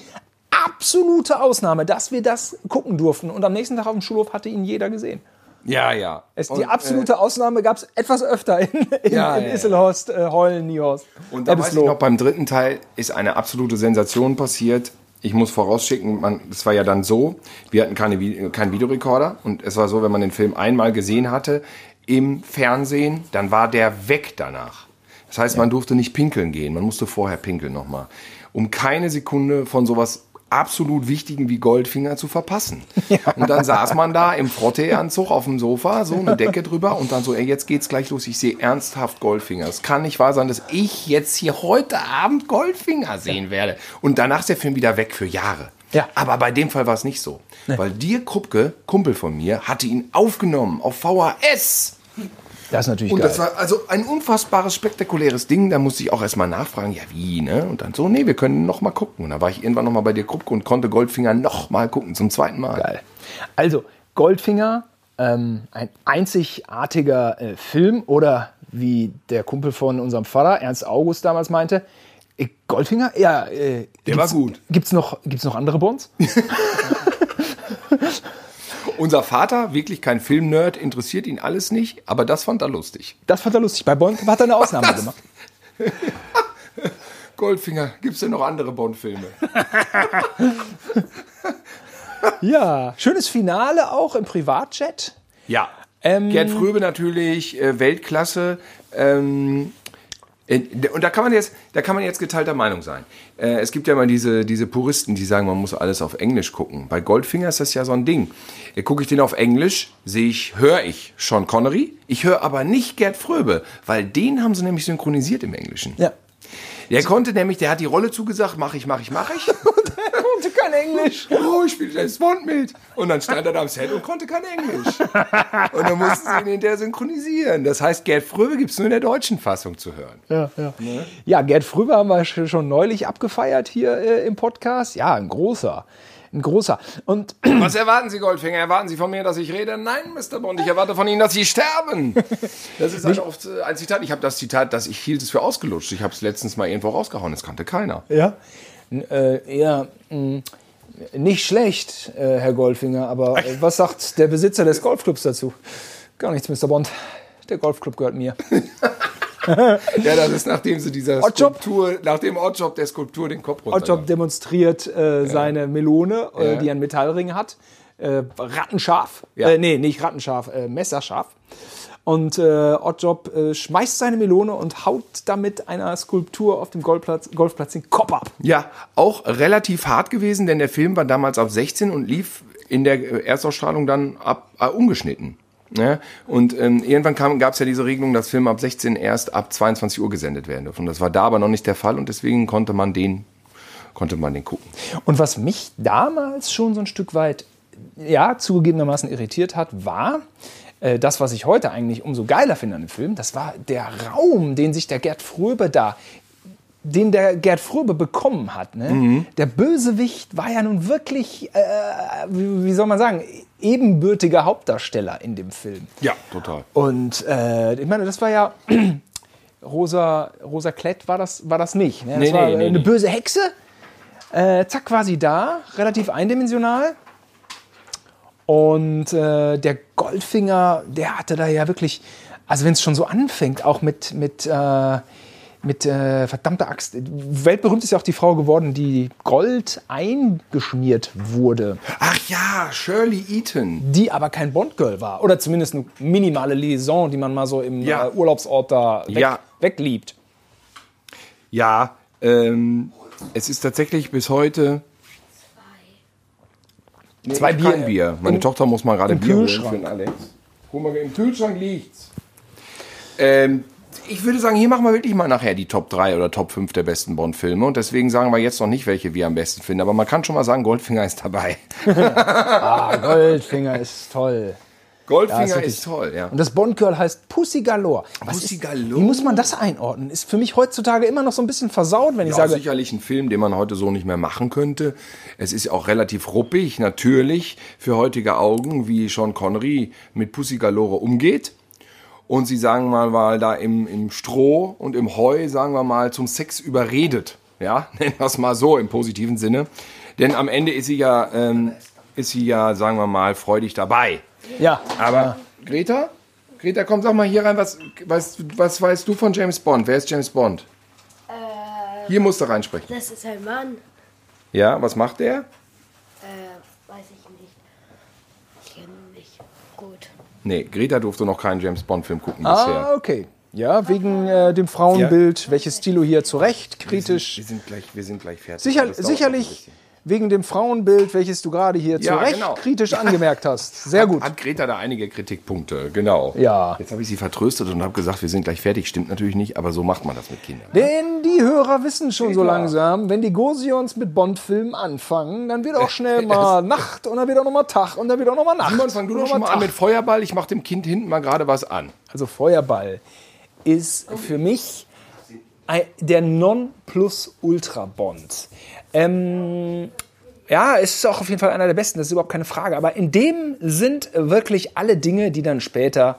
[SPEAKER 2] absolute Ausnahme, dass wir das gucken durften. Und am nächsten Tag auf dem Schulhof hatte ihn jeder gesehen.
[SPEAKER 1] Ja, ja.
[SPEAKER 2] Es,
[SPEAKER 1] Und, äh,
[SPEAKER 2] die absolute Ausnahme gab es etwas öfter in, in,
[SPEAKER 1] Ja,
[SPEAKER 2] in
[SPEAKER 1] ja, ja.
[SPEAKER 2] Isselhorst, äh, Heulen, Niehorst.
[SPEAKER 1] Und da weiß ich
[SPEAKER 2] Ebbesloh.
[SPEAKER 1] noch, beim dritten Teil ist eine absolute Sensation passiert. Ich muss vorausschicken, man, es war ja dann so, wir hatten keine, Vi- keinen Videorekorder und es war so, wenn man den Film einmal gesehen hatte im Fernsehen, dann war der weg danach. Das heißt, man durfte nicht pinkeln gehen, man musste vorher pinkeln nochmal, um keine Sekunde von sowas absolut Wichtigen wie Goldfinger zu verpassen.
[SPEAKER 2] [LAUGHS]
[SPEAKER 1] Und dann saß man da im Frottee-Anzug auf dem Sofa, so eine Decke drüber und dann so, ey, jetzt geht's gleich los, ich sehe ernsthaft Goldfinger. Es kann nicht wahr sein, dass ich jetzt hier heute Abend Goldfinger sehen werde. Und danach ist der Film wieder weg für Jahre.
[SPEAKER 2] Ja.
[SPEAKER 1] Aber bei dem Fall war es nicht so. Weil dir Krupke, Kumpel von mir, hatte ihn aufgenommen auf VHS.
[SPEAKER 2] Das ist natürlich
[SPEAKER 1] Und
[SPEAKER 2] geil.
[SPEAKER 1] das war also ein unfassbares, spektakuläres Ding. Da musste ich auch erstmal nachfragen, ja wie, ne? Und dann so, nee, wir können noch mal gucken. Und da war ich irgendwann noch mal bei dir Krupke und konnte Goldfinger noch mal gucken, zum zweiten Mal.
[SPEAKER 2] Geil. Also, Goldfinger, ähm, ein einzigartiger äh, Film oder wie der Kumpel von unserem Pfarrer, Ernst August, damals meinte, äh, Goldfinger? Ja, äh,
[SPEAKER 1] Der war gut.
[SPEAKER 2] Gibt es noch, gibt's noch
[SPEAKER 1] [LAUGHS]
[SPEAKER 2] andere Bonds?
[SPEAKER 1] Unser Vater, wirklich kein Filmnerd, interessiert ihn alles nicht, aber das fand er lustig.
[SPEAKER 2] Das fand er lustig. Bei Bond hat er eine Ausnahme gemacht.
[SPEAKER 1] Goldfinger, gibt's denn noch andere Bond-Filme?
[SPEAKER 2] Ja, schönes Finale auch im Privatjet.
[SPEAKER 1] Ja.
[SPEAKER 2] Ähm,
[SPEAKER 1] Gerd Fröbe natürlich, äh, Weltklasse. Ähm, äh, und da kann man jetzt, da kann man jetzt geteilter Meinung sein. Äh, es gibt ja mal diese, diese Puristen, die sagen, man muss alles auf Englisch gucken. Bei Goldfinger ist das ja so ein Ding. Äh, Gucke ich den auf Englisch, sehe ich, höre ich Sean Connery, ich höre aber nicht Gerd Fröbe, weil den haben sie nämlich synchronisiert im Englischen.
[SPEAKER 2] Ja.
[SPEAKER 1] Der konnte nämlich, der hat die Rolle zugesagt, mach ich, mach ich, mach [LAUGHS] ich.
[SPEAKER 2] Er konnte kein Englisch.
[SPEAKER 1] Oh, ich spiele James Bond mit. Und dann stand er da am Set und konnte kein Englisch. Und dann mussten sie ihn hinterher synchronisieren. Das heißt, Gerd Fröbe gibt es nur in der deutschen Fassung zu hören.
[SPEAKER 2] Ja, ja. ja, Gerd Fröber haben wir sch- schon neulich abgefeiert hier äh, im Podcast. Ja, ein großer. Ein großer. Und
[SPEAKER 1] Was erwarten Sie, Goldfinger? Erwarten Sie von mir, dass ich rede? Nein, Mr. Bond, ich erwarte von Ihnen, dass Sie sterben. Das ist halt oft äh, ein Zitat. Ich habe das Zitat, das ich hielt es für ausgelutscht. Ich habe es letztens mal irgendwo rausgehauen. Das kannte keiner.
[SPEAKER 2] Ja. N- Äh, ja, mh, nicht schlecht, äh, Herr Goldfinger, aber äh, was sagt der Besitzer des Golfclubs dazu? Gar nichts, Mr. Bond. Der Golfclub gehört [LAUGHS] mir.
[SPEAKER 1] Ja, das ist, nachdem sie dieser
[SPEAKER 2] Oddjob?
[SPEAKER 1] Skulptur, nachdem Oddjob der Skulptur den Kopf
[SPEAKER 2] Ottop
[SPEAKER 1] runter.
[SPEAKER 2] demonstriert äh, seine Melone, äh,
[SPEAKER 1] Ja.
[SPEAKER 2] die einen Metallring hat. Äh, rattenscharf.
[SPEAKER 1] Ja.
[SPEAKER 2] Äh, nee, nicht rattenscharf, äh, messerscharf. Und äh, Ottjob äh, schmeißt seine Melone und haut damit einer Skulptur auf dem Golfplatz, Golfplatz den Kopf ab.
[SPEAKER 1] Ja, auch relativ hart gewesen, denn der Film war damals ab 16 und lief in der äh, Erstausstrahlung dann ab äh, ungeschnitten. Ne? Und ähm, irgendwann gab es ja diese Regelung, dass Filme ab 16 erst ab 22 Uhr gesendet werden dürfen. Und das war da aber noch nicht der Fall und deswegen konnte man den konnte man den gucken.
[SPEAKER 2] Und was mich damals schon so ein Stück weit, ja, zugegebenermaßen irritiert hat, war äh, das, was ich heute eigentlich umso geiler finde an dem Film, das war der Raum, den sich der Gerd Fröbe da den der Gerd Fröbe bekommen hat. Ne? Der Bösewicht war ja nun wirklich, äh, wie, wie soll man sagen, ebenbürtiger Hauptdarsteller in dem Film.
[SPEAKER 1] Ja, total.
[SPEAKER 2] Und äh, ich meine, das war ja [CLEARS THROAT] Rosa, Rosa Klett war das, war das nicht. Ne? Das
[SPEAKER 1] Nee,
[SPEAKER 2] war
[SPEAKER 1] nee,
[SPEAKER 2] äh,
[SPEAKER 1] nee,
[SPEAKER 2] eine
[SPEAKER 1] nee.
[SPEAKER 2] böse Hexe. Äh, zack, war sie da, relativ eindimensional. Und äh, der Goldfinger, der hatte da ja wirklich, also wenn es schon so anfängt, auch mit, mit, äh, mit äh, verdammter Axt. Weltberühmt ist ja auch die Frau geworden, die Gold eingeschmiert wurde,
[SPEAKER 1] Ach ja, Shirley Eaton.
[SPEAKER 2] die aber kein Bondgirl war. Oder zumindest eine minimale Liaison, die man mal so im
[SPEAKER 1] Ja.
[SPEAKER 2] äh, Urlaubsort da weg,
[SPEAKER 1] Ja.
[SPEAKER 2] wegliebt.
[SPEAKER 1] Ja, ähm, es ist tatsächlich bis heute. Nee,
[SPEAKER 2] Zwei
[SPEAKER 1] ich
[SPEAKER 2] Bier.
[SPEAKER 1] Kein Bier. Meine Tochter muss mal gerade Bier holen
[SPEAKER 2] Kühlschrank.
[SPEAKER 1] für den Alex. Guck mal, im Kühlschrank liegt's. Ähm, ich würde sagen, hier machen wir wirklich mal nachher die Top 3 oder Top 5 der besten Bond-Filme. Und deswegen sagen wir jetzt noch nicht, welche wir am besten finden. Aber man kann schon mal sagen, Goldfinger ist dabei.
[SPEAKER 2] Ah, Goldfinger ist toll.
[SPEAKER 1] Goldfinger
[SPEAKER 2] Ja, ist
[SPEAKER 1] ist, toll, ja.
[SPEAKER 2] Und das Bond-Girl heißt Pussy Galore. Was
[SPEAKER 1] Pussy
[SPEAKER 2] ist-
[SPEAKER 1] Galore?
[SPEAKER 2] Wie muss man das einordnen? Ist für mich heutzutage immer noch so ein bisschen versaut, wenn ich
[SPEAKER 1] Ja,
[SPEAKER 2] sage,
[SPEAKER 1] sicherlich ein Film, den man heute so nicht mehr machen könnte. Es ist auch relativ ruppig, natürlich, für heutige Augen, wie Sean Connery mit Pussy Galore umgeht. Und sie, sagen wir mal, da im, im Stroh und im Heu, sagen wir mal, zum Sex überredet. Ja, [LAUGHS] nennen wir es mal so im positiven Sinne. Denn am Ende ist sie ja, ähm, ist sie ja, sagen wir mal, freudig dabei.
[SPEAKER 2] ja,
[SPEAKER 1] Aber Greta? Greta, komm, sag mal hier rein, was, was, was weißt du von James Bond? Wer ist James Bond? hier musst du reinsprechen.
[SPEAKER 3] Das ist ein Mann.
[SPEAKER 1] Ja, was macht er?
[SPEAKER 3] Äh, weiß ich nicht. Ich kenne ihn nicht gut.
[SPEAKER 1] Nee, Greta durfte noch keinen James Bond-Film gucken
[SPEAKER 2] ah,
[SPEAKER 1] bisher.
[SPEAKER 2] okay. Ja, wegen äh, dem Frauenbild, welches Stilo hier zu Recht kritisch.
[SPEAKER 1] Wir sind gleich, wir sind gleich fertig.
[SPEAKER 2] Sicher,
[SPEAKER 1] Das dauert noch ein
[SPEAKER 2] sicherlich
[SPEAKER 1] bisschen.
[SPEAKER 2] wegen dem Frauenbild, welches du gerade hier
[SPEAKER 1] Ja,
[SPEAKER 2] zu Recht
[SPEAKER 1] genau.
[SPEAKER 2] kritisch angemerkt hast. Sehr gut.
[SPEAKER 1] Hat Greta da einige Kritikpunkte, genau.
[SPEAKER 2] Ja.
[SPEAKER 1] Jetzt habe ich sie vertröstet und habe gesagt, wir sind gleich fertig. Stimmt natürlich nicht, aber so macht man das mit Kindern.
[SPEAKER 2] Denn die Hörer wissen schon so langsam, wenn die Gosions mit Bond-Filmen anfangen, dann
[SPEAKER 1] Äh,
[SPEAKER 2] wird auch schnell mal Nacht und dann wird auch nochmal Tag und dann wird auch nochmal Nacht.
[SPEAKER 1] Simon, fang du
[SPEAKER 2] und
[SPEAKER 1] doch
[SPEAKER 2] noch
[SPEAKER 1] schon mal an
[SPEAKER 2] Tag.
[SPEAKER 1] mit Feuerball. Ich mache dem Kind hinten mal gerade was an.
[SPEAKER 2] Also Feuerball ist für mich ein- der Non-Plus-Ultra-Bond. Ähm, ja, es ist auch auf jeden Fall einer der besten, das ist überhaupt keine Frage. Aber in dem sind wirklich alle Dinge, die dann später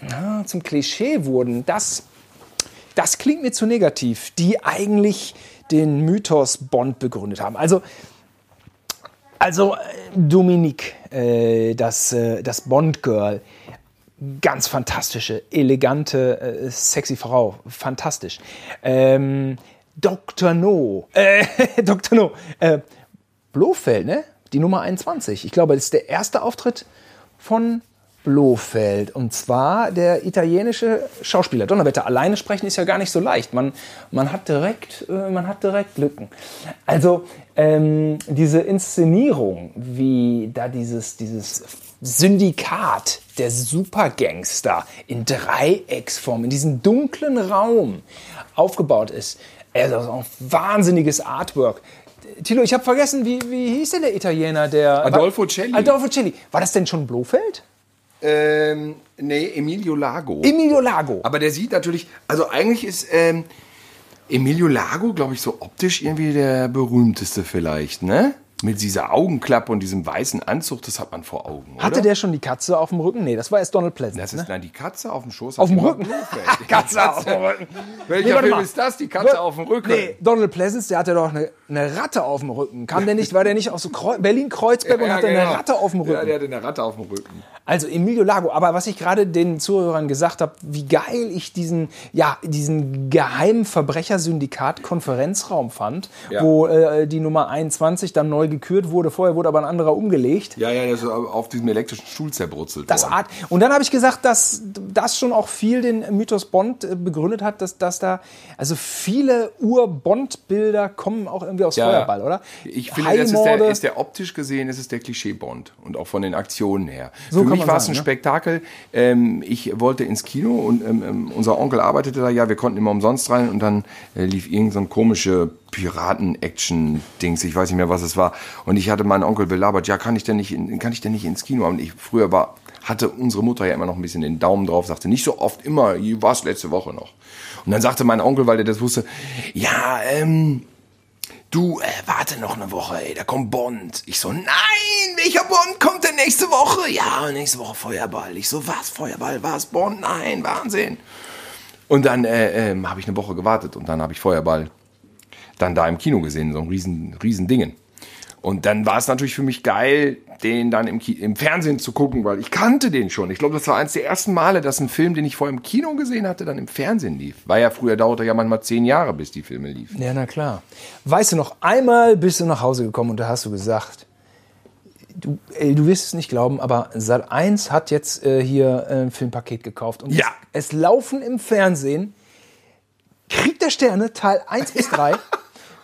[SPEAKER 2] na, zum Klischee wurden, das, das klingt mir zu negativ, die eigentlich den Mythos Bond begründet haben. Also also äh, Dominique, äh, das, äh, das Bond-Girl, ganz fantastische, elegante, äh, sexy Frau, fantastisch. Ähm, Dr. No, äh, [LAUGHS] Dr. No, äh, Blofeld, ne? Die Nummer 21. Ich glaube, das ist der erste Auftritt von Blofeld. Und zwar der italienische Schauspieler. Donnerwetter, alleine sprechen ist ja gar nicht so leicht. Man, man, hat, direkt, äh, man hat direkt Lücken. Also ähm, diese Inszenierung, wie da dieses, dieses Syndikat der Supergangster in Dreiecksform, in diesem dunklen Raum aufgebaut ist. Also das ist auch ein wahnsinniges Artwork. Tilo, ich habe vergessen, wie, wie hieß denn der Italiener, der.
[SPEAKER 1] Adolfo Celli.
[SPEAKER 2] Adolfo Celli. War das denn schon Blofeld?
[SPEAKER 1] Ähm, nee, Emilio Lago.
[SPEAKER 2] Emilio Lago.
[SPEAKER 1] Aber der sieht natürlich, also eigentlich ist ähm, Emilio Lago, glaube ich, so optisch irgendwie der berühmteste vielleicht, ne? Mit dieser Augenklappe und diesem weißen Anzug, das hat man vor Augen.
[SPEAKER 2] Hatte
[SPEAKER 1] oder?
[SPEAKER 2] der schon die Katze auf dem Rücken? Nee, das war erst Donald Pleasant.
[SPEAKER 1] Das ist nein, die Katze auf dem Schoß.
[SPEAKER 2] auf dem
[SPEAKER 1] hat immer [LAUGHS]
[SPEAKER 2] Rücken. [LAUGHS]
[SPEAKER 1] Blofeld.
[SPEAKER 2] Katze auf dem Rücken.
[SPEAKER 1] Welcher
[SPEAKER 2] warte
[SPEAKER 1] Film
[SPEAKER 2] mal.
[SPEAKER 1] ist das? Die Katze auf dem Rücken.
[SPEAKER 2] Nee, Donald Pleasance, der hatte doch eine, eine Ratte auf dem Rücken. Kam der nicht, war der nicht aus so Kreu Berlin-Kreuzberg und
[SPEAKER 1] Ja,
[SPEAKER 2] hatte
[SPEAKER 1] genau.
[SPEAKER 2] eine Ratte auf dem Rücken?
[SPEAKER 1] Ja, der hat eine Ratte auf dem Rücken.
[SPEAKER 2] Also Emilio Lago, aber was ich gerade den Zuhörern gesagt habe, wie geil ich diesen, ja, diesen geheimen Verbrechersyndikat-Konferenzraum fand,
[SPEAKER 1] Ja.
[SPEAKER 2] wo äh, die Nummer 21 dann neu gekürt wurde, vorher wurde aber ein anderer umgelegt.
[SPEAKER 1] Ja, ja, der ist so auf diesem elektrischen Stuhl zerbrutzelt.
[SPEAKER 2] Das
[SPEAKER 1] worden.
[SPEAKER 2] Art. Und dann habe ich gesagt, dass das schon auch viel den Mythos Bond äh, begründet hat, dass, dass da, also viele Ur-Bond-Bilder kommen auch irgendwie aus
[SPEAKER 1] Ja.
[SPEAKER 2] Feuerball, oder?
[SPEAKER 1] Ich finde, das ist
[SPEAKER 2] Haimorde.
[SPEAKER 1] der, ist der optisch gesehen, ist es der Klischee-Bond. Und auch von den Aktionen her. Für
[SPEAKER 2] kann
[SPEAKER 1] mich
[SPEAKER 2] man
[SPEAKER 1] war es ein
[SPEAKER 2] sagen, ne?
[SPEAKER 1] Spektakel. Ähm, ich wollte ins Kino und ähm, ähm, unser Onkel arbeitete da. Ja, wir konnten immer umsonst rein. Und dann äh, lief irgend so ein komische Piraten-Action-Dings. Ich weiß nicht mehr, was es war. Und ich hatte meinen Onkel belabert. Ja, kann ich denn nicht, in, kann ich denn nicht ins Kino? Und ich früher war, hatte unsere Mutter ja immer noch ein bisschen den Daumen drauf, sagte nicht so oft immer, war es letzte Woche noch. Und dann sagte mein Onkel, weil er das wusste, ja, ähm, du, äh, warte noch eine Woche, ey, da kommt Bond. Ich so, nein, welcher Bond kommt denn nächste Woche? Ja, nächste Woche Feuerball. Ich so, was, Feuerball, was, Bond? Nein, Wahnsinn. Und dann äh, ähm, habe ich eine Woche gewartet und dann habe ich Feuerball dann da im Kino gesehen, so ein riesen, riesen Dingen. Und dann war es natürlich für mich geil, den dann im, Ki im Fernsehen zu gucken, weil ich kannte den schon. Ich glaube, das war eines der ersten Male, dass ein Film, den ich vorher im Kino gesehen hatte, dann im Fernsehen lief. Weil ja früher dauerte ja manchmal zehn Jahre, bis die Filme liefen.
[SPEAKER 2] Ja, na klar. Weißt du noch, einmal bist du nach Hause gekommen und da hast du gesagt, du, ey, du wirst es nicht glauben, aber Sat1 hat jetzt äh, hier äh, ein Filmpaket gekauft. Und
[SPEAKER 1] Ja.
[SPEAKER 2] es, es laufen im Fernsehen Krieg der Sterne, Teil 1 bis
[SPEAKER 1] [LAUGHS]
[SPEAKER 2] 3,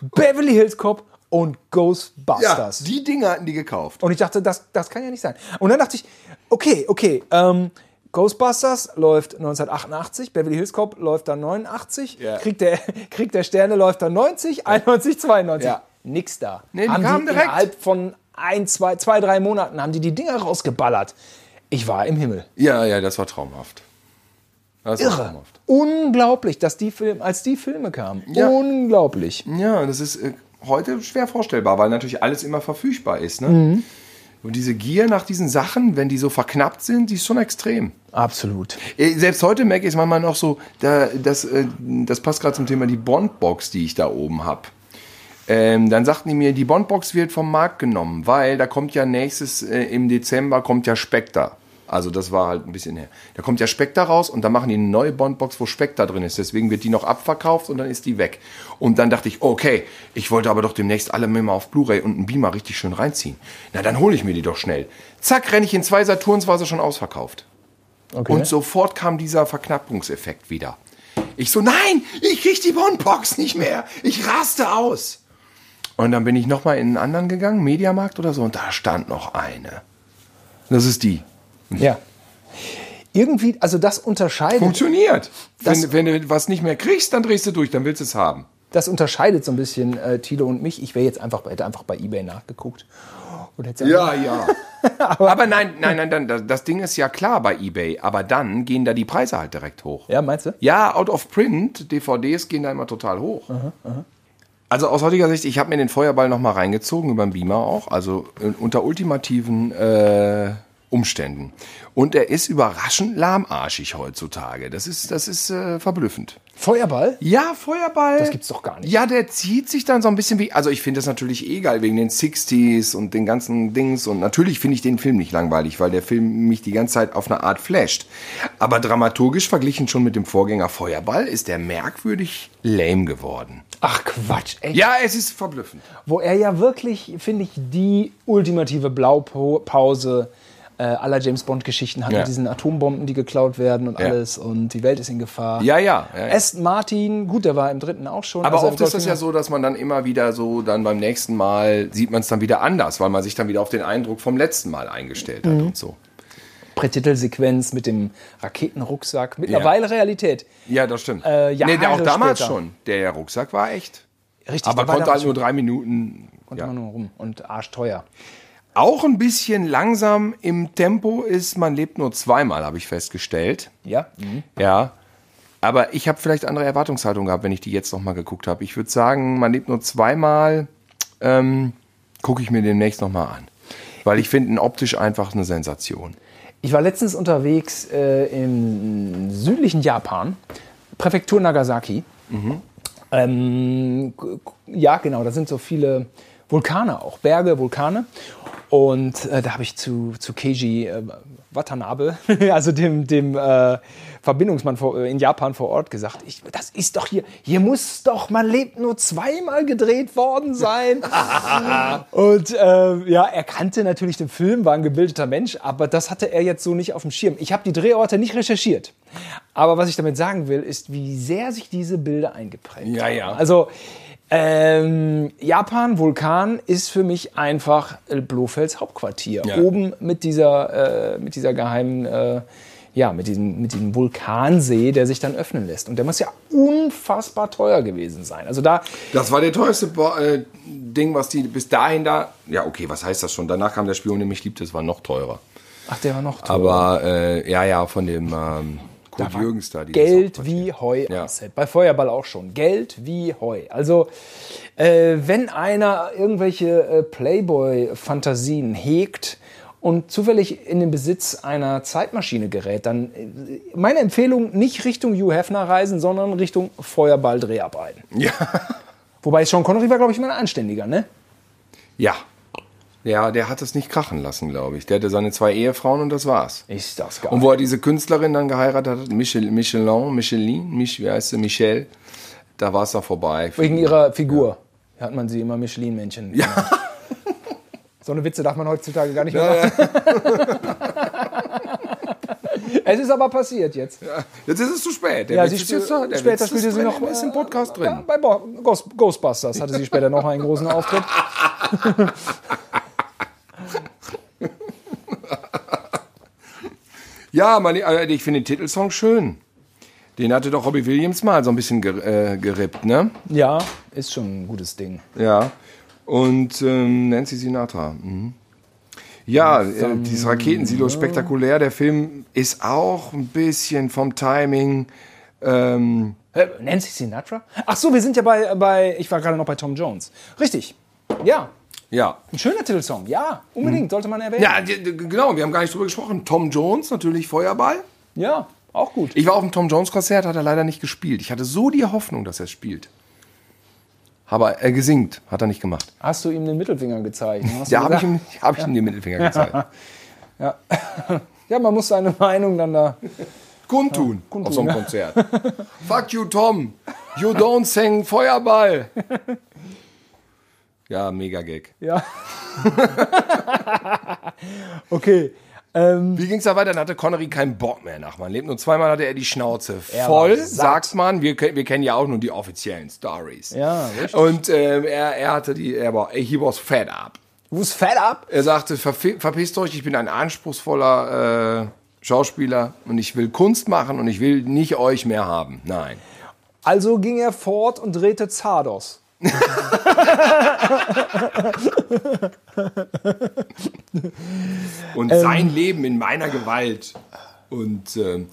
[SPEAKER 2] Beverly Hills Cop und Ghostbusters.
[SPEAKER 1] die Dinge hatten die gekauft.
[SPEAKER 2] Und ich dachte, das, das kann ja nicht sein. Und dann dachte ich, okay, okay, ähm, Ghostbusters läuft 1988, Beverly Hills Cop läuft dann 89,
[SPEAKER 1] Ja.
[SPEAKER 2] Krieg, der, [LAUGHS] Krieg der Sterne läuft dann 90, 91, 92.
[SPEAKER 1] Ja.
[SPEAKER 2] Nix da.
[SPEAKER 1] Nee, die
[SPEAKER 2] haben
[SPEAKER 1] kamen
[SPEAKER 2] die
[SPEAKER 1] direkt.
[SPEAKER 2] innerhalb von ein, zwei, zwei, drei Monaten haben die die Dinger rausgeballert. Ich war im Himmel.
[SPEAKER 1] Ja, ja, das war traumhaft. Das war
[SPEAKER 2] Irre. Unglaublich, dass die Film, als die Filme kamen.
[SPEAKER 1] Ja.
[SPEAKER 2] Unglaublich.
[SPEAKER 1] Ja, das ist äh, heute schwer vorstellbar, weil natürlich alles immer verfügbar ist. Ne? Und diese Gier nach diesen Sachen, wenn die so verknappt sind, die ist schon extrem.
[SPEAKER 2] Absolut.
[SPEAKER 1] Äh, Selbst heute merke ich es manchmal noch so, da, das, äh, das passt gerade zum Thema die Bondbox, die ich da oben habe. Ähm, dann sagten die mir, die Bondbox wird vom Markt genommen, weil da kommt ja nächstes, äh, im Dezember kommt ja Spectre. Also das war halt ein bisschen her. Da kommt ja Spectre raus und dann machen die eine neue Bondbox, wo Spectre drin ist. Deswegen wird die noch abverkauft und dann ist die weg. Und dann dachte ich, okay, ich wollte aber doch demnächst alle mir mal auf Blu-ray und einen Beamer richtig schön reinziehen. Na, dann hole ich mir die doch schnell. Zack, renne ich in zwei Saturns, war sie schon ausverkauft.
[SPEAKER 2] Okay.
[SPEAKER 1] Und sofort kam dieser Verknappungseffekt wieder. Ich so, nein, ich krieg die Bonbox nicht mehr. Ich raste aus. Und dann bin ich nochmal in einen anderen gegangen, Mediamarkt oder so, und da stand noch eine. Das ist die.
[SPEAKER 2] Ja. Irgendwie, also das unterscheidet
[SPEAKER 1] Mhm. Funktioniert. Wenn,
[SPEAKER 2] Das-
[SPEAKER 1] wenn du was nicht mehr kriegst, dann drehst du durch, dann willst du es haben.
[SPEAKER 2] Das unterscheidet so ein bisschen äh, Thilo und mich. Ich wäre jetzt einfach, hätte einfach bei eBay nachgeguckt. Und hätte
[SPEAKER 1] ja. [LAUGHS] aber nein, nein, nein, dann- das- das Ding ist ja klar bei eBay, aber dann gehen da die Preise halt direkt hoch.
[SPEAKER 2] Ja, meinst du?
[SPEAKER 1] Ja, out of print, DVDs gehen da immer total hoch. Also aus heutiger Sicht, ich habe mir den Feuerball nochmal reingezogen, über den Beamer auch, also äh, unter ultimativen äh, Umständen. Und er ist überraschend lahmarschig heutzutage. Das ist, das ist äh, verblüffend.
[SPEAKER 2] Feuerball?
[SPEAKER 1] Ja, Feuerball.
[SPEAKER 2] Das gibt's doch gar nicht.
[SPEAKER 1] Ja, der zieht sich dann so ein bisschen wie. Also, ich finde das natürlich eh geil wegen den 60s und den ganzen Dings. Und natürlich finde ich den Film nicht langweilig, weil der Film mich die ganze Zeit auf eine Art flasht. Aber dramaturgisch verglichen schon mit dem Vorgänger Feuerball ist der merkwürdig lame geworden.
[SPEAKER 2] Ach Quatsch, echt.
[SPEAKER 1] Ja, es ist verblüffend.
[SPEAKER 2] Wo er ja wirklich, finde ich, die ultimative Blaupause äh, aller James Bond-Geschichten hat.
[SPEAKER 1] Ja.
[SPEAKER 2] Mit diesen Atombomben, die geklaut werden und
[SPEAKER 1] Ja.
[SPEAKER 2] alles. Und die Welt ist in Gefahr.
[SPEAKER 1] Ja, ja. ja, ja.
[SPEAKER 2] Aston Martin, gut, der war im dritten auch schon.
[SPEAKER 1] Aber
[SPEAKER 2] also
[SPEAKER 1] oft
[SPEAKER 2] im
[SPEAKER 1] ist das ja
[SPEAKER 2] Golfing-
[SPEAKER 1] so, dass man dann immer wieder so, dann beim nächsten Mal sieht man es dann wieder anders, weil man sich dann wieder auf den Eindruck vom letzten Mal eingestellt
[SPEAKER 2] Mhm.
[SPEAKER 1] hat und so.
[SPEAKER 2] Prätitelsequenz mit dem Raketenrucksack. Mittlerweile Realität.
[SPEAKER 1] Ja, das stimmt.
[SPEAKER 2] Äh, Jahre
[SPEAKER 1] nee, der auch damals
[SPEAKER 2] später.
[SPEAKER 1] schon. Der Rucksack war echt.
[SPEAKER 2] Richtig,
[SPEAKER 1] Aber
[SPEAKER 2] der war
[SPEAKER 1] konnte halt
[SPEAKER 2] damals
[SPEAKER 1] nur drei Minuten.
[SPEAKER 2] Konnte
[SPEAKER 1] Ja.
[SPEAKER 2] man nur rum. Und arschteuer.
[SPEAKER 1] Auch ein bisschen langsam im Tempo ist, man lebt nur zweimal, habe ich festgestellt.
[SPEAKER 2] Ja? Mhm.
[SPEAKER 1] Ja. Aber ich habe vielleicht andere Erwartungshaltung gehabt, wenn ich die jetzt nochmal geguckt habe. Ich würde sagen, man lebt nur zweimal, ähm, gucke ich mir demnächst nochmal an. Weil ich finde ihn optisch einfach eine Sensation.
[SPEAKER 2] Ich war letztens unterwegs äh, im südlichen Japan, Präfektur Nagasaki. Ähm, k- k- ja, genau, da sind so viele Vulkane auch, Berge, Vulkane. Und äh, da habe ich zu, zu Keiji äh, Watanabe, [LAUGHS] also dem, dem äh, Verbindungsmann vor, äh, in Japan vor Ort, gesagt, ich, das ist doch hier, hier muss doch, man lebt nur zweimal gedreht worden sein. Und ähm, ja, er kannte natürlich den Film, war ein gebildeter Mensch, aber das hatte er jetzt so nicht auf dem Schirm. Ich habe die Drehorte nicht recherchiert. Aber was ich damit sagen will, ist, wie sehr sich diese Bilder eingeprägt
[SPEAKER 1] Ja,
[SPEAKER 2] haben.
[SPEAKER 1] ja.
[SPEAKER 2] Also, ähm, Japan, Vulkan, ist für mich einfach äh, Blofelds Hauptquartier.
[SPEAKER 1] Ja.
[SPEAKER 2] Oben mit dieser, äh, mit dieser geheimen, äh, ja, mit diesem, mit diesem Vulkansee, der sich dann öffnen lässt. Und der muss ja unfassbar teuer gewesen sein. Also da,
[SPEAKER 1] Das war der teuerste Bo äh, Ding, was die bis dahin da. Ja, okay, was heißt das schon? Danach kam der Spion, der mich liebte, das war noch teurer.
[SPEAKER 2] ach, der war noch teuer.
[SPEAKER 1] Aber äh, ja, ja, von dem ähm, Kurt Jürgens da. dieses
[SPEAKER 2] Geld
[SPEAKER 1] Hauptquartier.
[SPEAKER 2] wie Heu
[SPEAKER 1] Ja.
[SPEAKER 2] am Set. Bei Feuerball auch schon. Geld wie Heu. Also, äh, wenn einer irgendwelche äh, Playboy-Fantasien hegt und zufällig in den Besitz einer Zeitmaschine gerät, dann äh, meine Empfehlung, nicht Richtung Hugh Hefner reisen, sondern Richtung Feuerball-Dreharbeiten.
[SPEAKER 1] Ja. [LAUGHS]
[SPEAKER 2] Wobei Sean Connery war, glaube ich, immer ein Anständiger, ne?
[SPEAKER 1] ja. Ja, der hat es nicht krachen lassen, glaube ich. Der hatte seine zwei Ehefrauen und das war's.
[SPEAKER 2] Ist das geil.
[SPEAKER 1] Und wo er diese Künstlerin dann geheiratet hat, Michel, Michelin, Michelin, Mich, wie heißt sie, Michelle, da war es dann vorbei.
[SPEAKER 2] Wegen ihrer Figur hat man sie immer Michelin-Männchen. genannt. So eine Witze darf man heutzutage gar nicht mehr machen. [LAUGHS] es ist aber passiert jetzt.
[SPEAKER 1] [LAUGHS] Jetzt ist es zu spät. Der
[SPEAKER 2] Ja,
[SPEAKER 1] Witz
[SPEAKER 2] sie
[SPEAKER 1] ist
[SPEAKER 2] spielt,
[SPEAKER 1] jetzt- der Witz
[SPEAKER 2] später
[SPEAKER 1] ist
[SPEAKER 2] spielte sie
[SPEAKER 1] drin,
[SPEAKER 2] noch
[SPEAKER 1] der ist im Podcast
[SPEAKER 2] äh,
[SPEAKER 1] drin.
[SPEAKER 2] Bei Bo Ghost Ghostbusters hatte sie später noch einen großen Auftritt.
[SPEAKER 1] Ja, meine, äh, ich finde den Titelsong schön. Den hatte doch Robbie Williams mal so ein bisschen ger äh, gerippt, ne?
[SPEAKER 2] Ja, ist schon ein gutes Ding.
[SPEAKER 1] Ja. Und ähm, Nancy Sinatra. Mhm. Ja, äh, dieses Raketensilo ist spektakulär. Der Film ist auch ein bisschen vom Timing. Ähm,
[SPEAKER 2] Hä, Nancy Sinatra? Ach so, wir sind ja bei, bei ich war gerade noch bei Tom Jones. Richtig. Ja,
[SPEAKER 1] ja.
[SPEAKER 2] ein schöner Titelsong. Ja, unbedingt, sollte man erwähnen.
[SPEAKER 1] Mhm. Ja, d- d- genau, wir haben gar nicht drüber gesprochen. Tom Jones, natürlich Feuerball.
[SPEAKER 2] ja auch gut.
[SPEAKER 1] Ich war auf dem Tom Jones Konzert, hat er leider nicht gespielt. Ich hatte so die Hoffnung, dass er spielt. Aber er gesingt, hat er nicht gemacht.
[SPEAKER 2] Hast du ihm den Mittelfinger gezeigt? Hast du
[SPEAKER 1] Da habe ich,
[SPEAKER 2] gesagt-
[SPEAKER 1] ihm- hab ich ihm den Mittelfinger gezeigt.
[SPEAKER 2] Ja, man muss seine Meinung dann da.
[SPEAKER 1] Kundtun,
[SPEAKER 2] kundtun,
[SPEAKER 1] auf so einem
[SPEAKER 2] ja.
[SPEAKER 1] Konzert. [LAUGHS] Fuck you, Tom. You don't sing
[SPEAKER 2] [LAUGHS]
[SPEAKER 1] Feuerball. Ja, mega Gag.
[SPEAKER 2] Ja. [LAUGHS] okay. Ähm,
[SPEAKER 1] Wie ging's da weiter? Dann hatte Connery keinen Bock mehr nach Man lebt. Nur zweimal hatte er die Schnauze
[SPEAKER 2] Er
[SPEAKER 1] voll,
[SPEAKER 2] war satt.
[SPEAKER 1] sagt man. Wir, ke- wir kennen ja auch nur die offiziellen Stories.
[SPEAKER 2] Ja, richtig.
[SPEAKER 1] Und ähm, er, er hatte die, er war, he was fed up.
[SPEAKER 2] who's fed up?
[SPEAKER 1] Er sagte, "Verfe- verpisst euch, ich bin ein anspruchsvoller äh, Schauspieler und ich will Kunst machen und ich will nicht euch mehr haben. Nein.
[SPEAKER 2] Also ging er fort und drehte Zardos.
[SPEAKER 1] Und sein Leben in meiner Gewalt. Und ähm,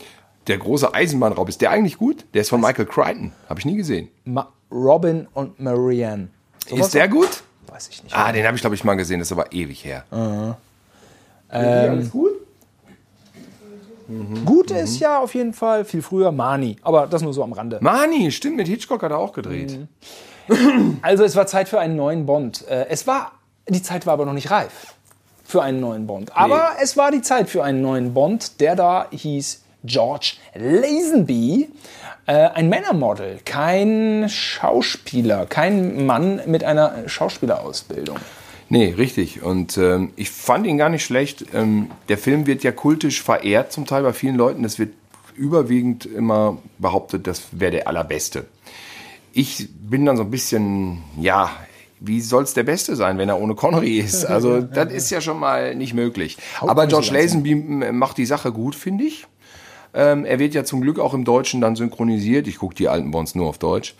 [SPEAKER 1] der große Eisenbahnraub, ist der eigentlich gut? Der ist von Michael Crichton. Habe ich nie gesehen.
[SPEAKER 2] Ma Robin und Marianne. Sowas
[SPEAKER 1] ist der gut?
[SPEAKER 2] Weiß ich nicht.
[SPEAKER 1] Ah, den habe ich, glaube ich, mal gesehen. Das ist aber ewig her.
[SPEAKER 2] Gut ist ja auf jeden Fall viel früher Mani. Aber das nur so am Rande.
[SPEAKER 1] Mani, stimmt, mit Hitchcock hat er auch gedreht.
[SPEAKER 2] Also es war Zeit für einen neuen Bond. Äh, Es war, die Zeit war aber noch nicht reif für einen neuen Bond. Aber es war die Zeit für einen neuen Bond, der da hieß George Lazenby. Äh, Ein Männermodel, kein Schauspieler, kein Mann mit einer Schauspielerausbildung.
[SPEAKER 1] Nee, richtig. Und ähm, ich fand ihn gar nicht schlecht. Ähm, der Film wird ja kultisch verehrt, zum Teil bei vielen Leuten. Es wird überwiegend immer behauptet, das wäre der allerbeste. Ich bin dann so ein bisschen, ja, wie soll's der Beste sein, wenn er ohne
[SPEAKER 2] [LAUGHS]
[SPEAKER 1] Connery ist? Also, das ist ja schon mal nicht möglich. Aber
[SPEAKER 2] nicht so
[SPEAKER 1] George Lazenby m- macht die Sache gut, finde ich. Ähm, er wird ja zum Glück auch im Deutschen dann synchronisiert. Ich gucke die alten Bonds nur auf Deutsch.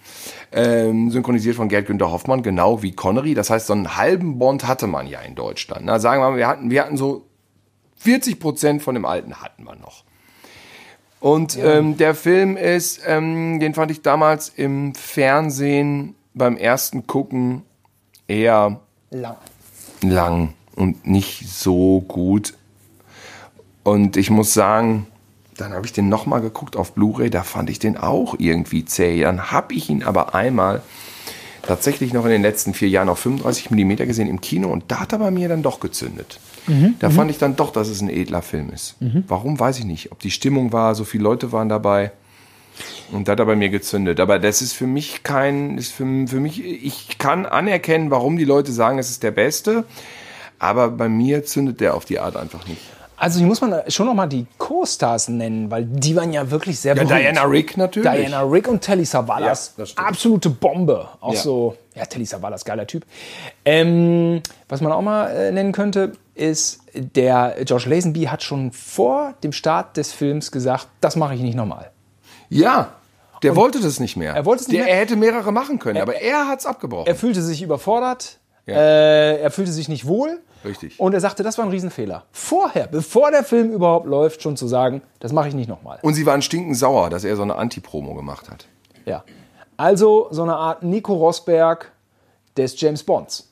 [SPEAKER 1] Ähm, synchronisiert von Gerd Günther Hoffmann, genau wie Connery. Das heißt, so einen halben Bond hatte man ja in Deutschland. Na, sagen wir mal, wir hatten, wir hatten so 40 Prozent von dem alten hatten wir noch. Und ähm, der Film ist, ähm, den fand ich damals im Fernsehen beim ersten Gucken eher
[SPEAKER 2] Lang.
[SPEAKER 1] lang und nicht so gut. Und ich muss sagen, dann habe ich den nochmal geguckt auf Blu-ray, da fand ich den auch irgendwie zäh. Dann habe ich ihn aber einmal tatsächlich noch in den letzten vier Jahren auf 35 mm gesehen im Kino und da hat er bei mir dann doch gezündet. Da fand ich dann doch, dass es ein edler Film ist. Warum, weiß ich nicht. Ob die Stimmung war, so viele Leute waren dabei. Und da hat er bei mir gezündet. Aber das ist für mich kein, ist für, für mich, ich kann anerkennen, warum die Leute sagen, es ist der Beste. Aber bei mir zündet der auf die Art einfach nicht.
[SPEAKER 2] Also hier muss man schon noch mal die Co-Stars nennen, weil die waren ja wirklich sehr berühmt.
[SPEAKER 1] Diana Rick natürlich.
[SPEAKER 2] Diana Rick und Telly Savalas.
[SPEAKER 1] Ja, das stimmt.
[SPEAKER 2] Absolute Bombe. Auch
[SPEAKER 1] Ja.
[SPEAKER 2] so, ja, Telly Savalas, geiler Typ. Ähm, was man auch mal äh, nennen könnte, ist, der Josh Lazenby hat schon vor dem Start des Films gesagt, das mache ich nicht nochmal.
[SPEAKER 1] Ja, der wollte das nicht mehr.
[SPEAKER 2] Er wollte es nicht
[SPEAKER 1] der,
[SPEAKER 2] mehr.
[SPEAKER 1] Er hätte mehrere machen können, aber er hat es abgebrochen.
[SPEAKER 2] Er fühlte sich überfordert. Äh, er fühlte sich nicht wohl.
[SPEAKER 1] Richtig.
[SPEAKER 2] Und er sagte, das war ein Riesenfehler. Vorher, bevor der Film überhaupt läuft, schon zu sagen, das mache ich nicht nochmal.
[SPEAKER 1] Und sie waren stinkend sauer, dass er so eine Anti-Promo gemacht hat.
[SPEAKER 2] Ja. Also so eine Art Nico Rosberg des James
[SPEAKER 1] [LAUGHS]
[SPEAKER 2] Bonds.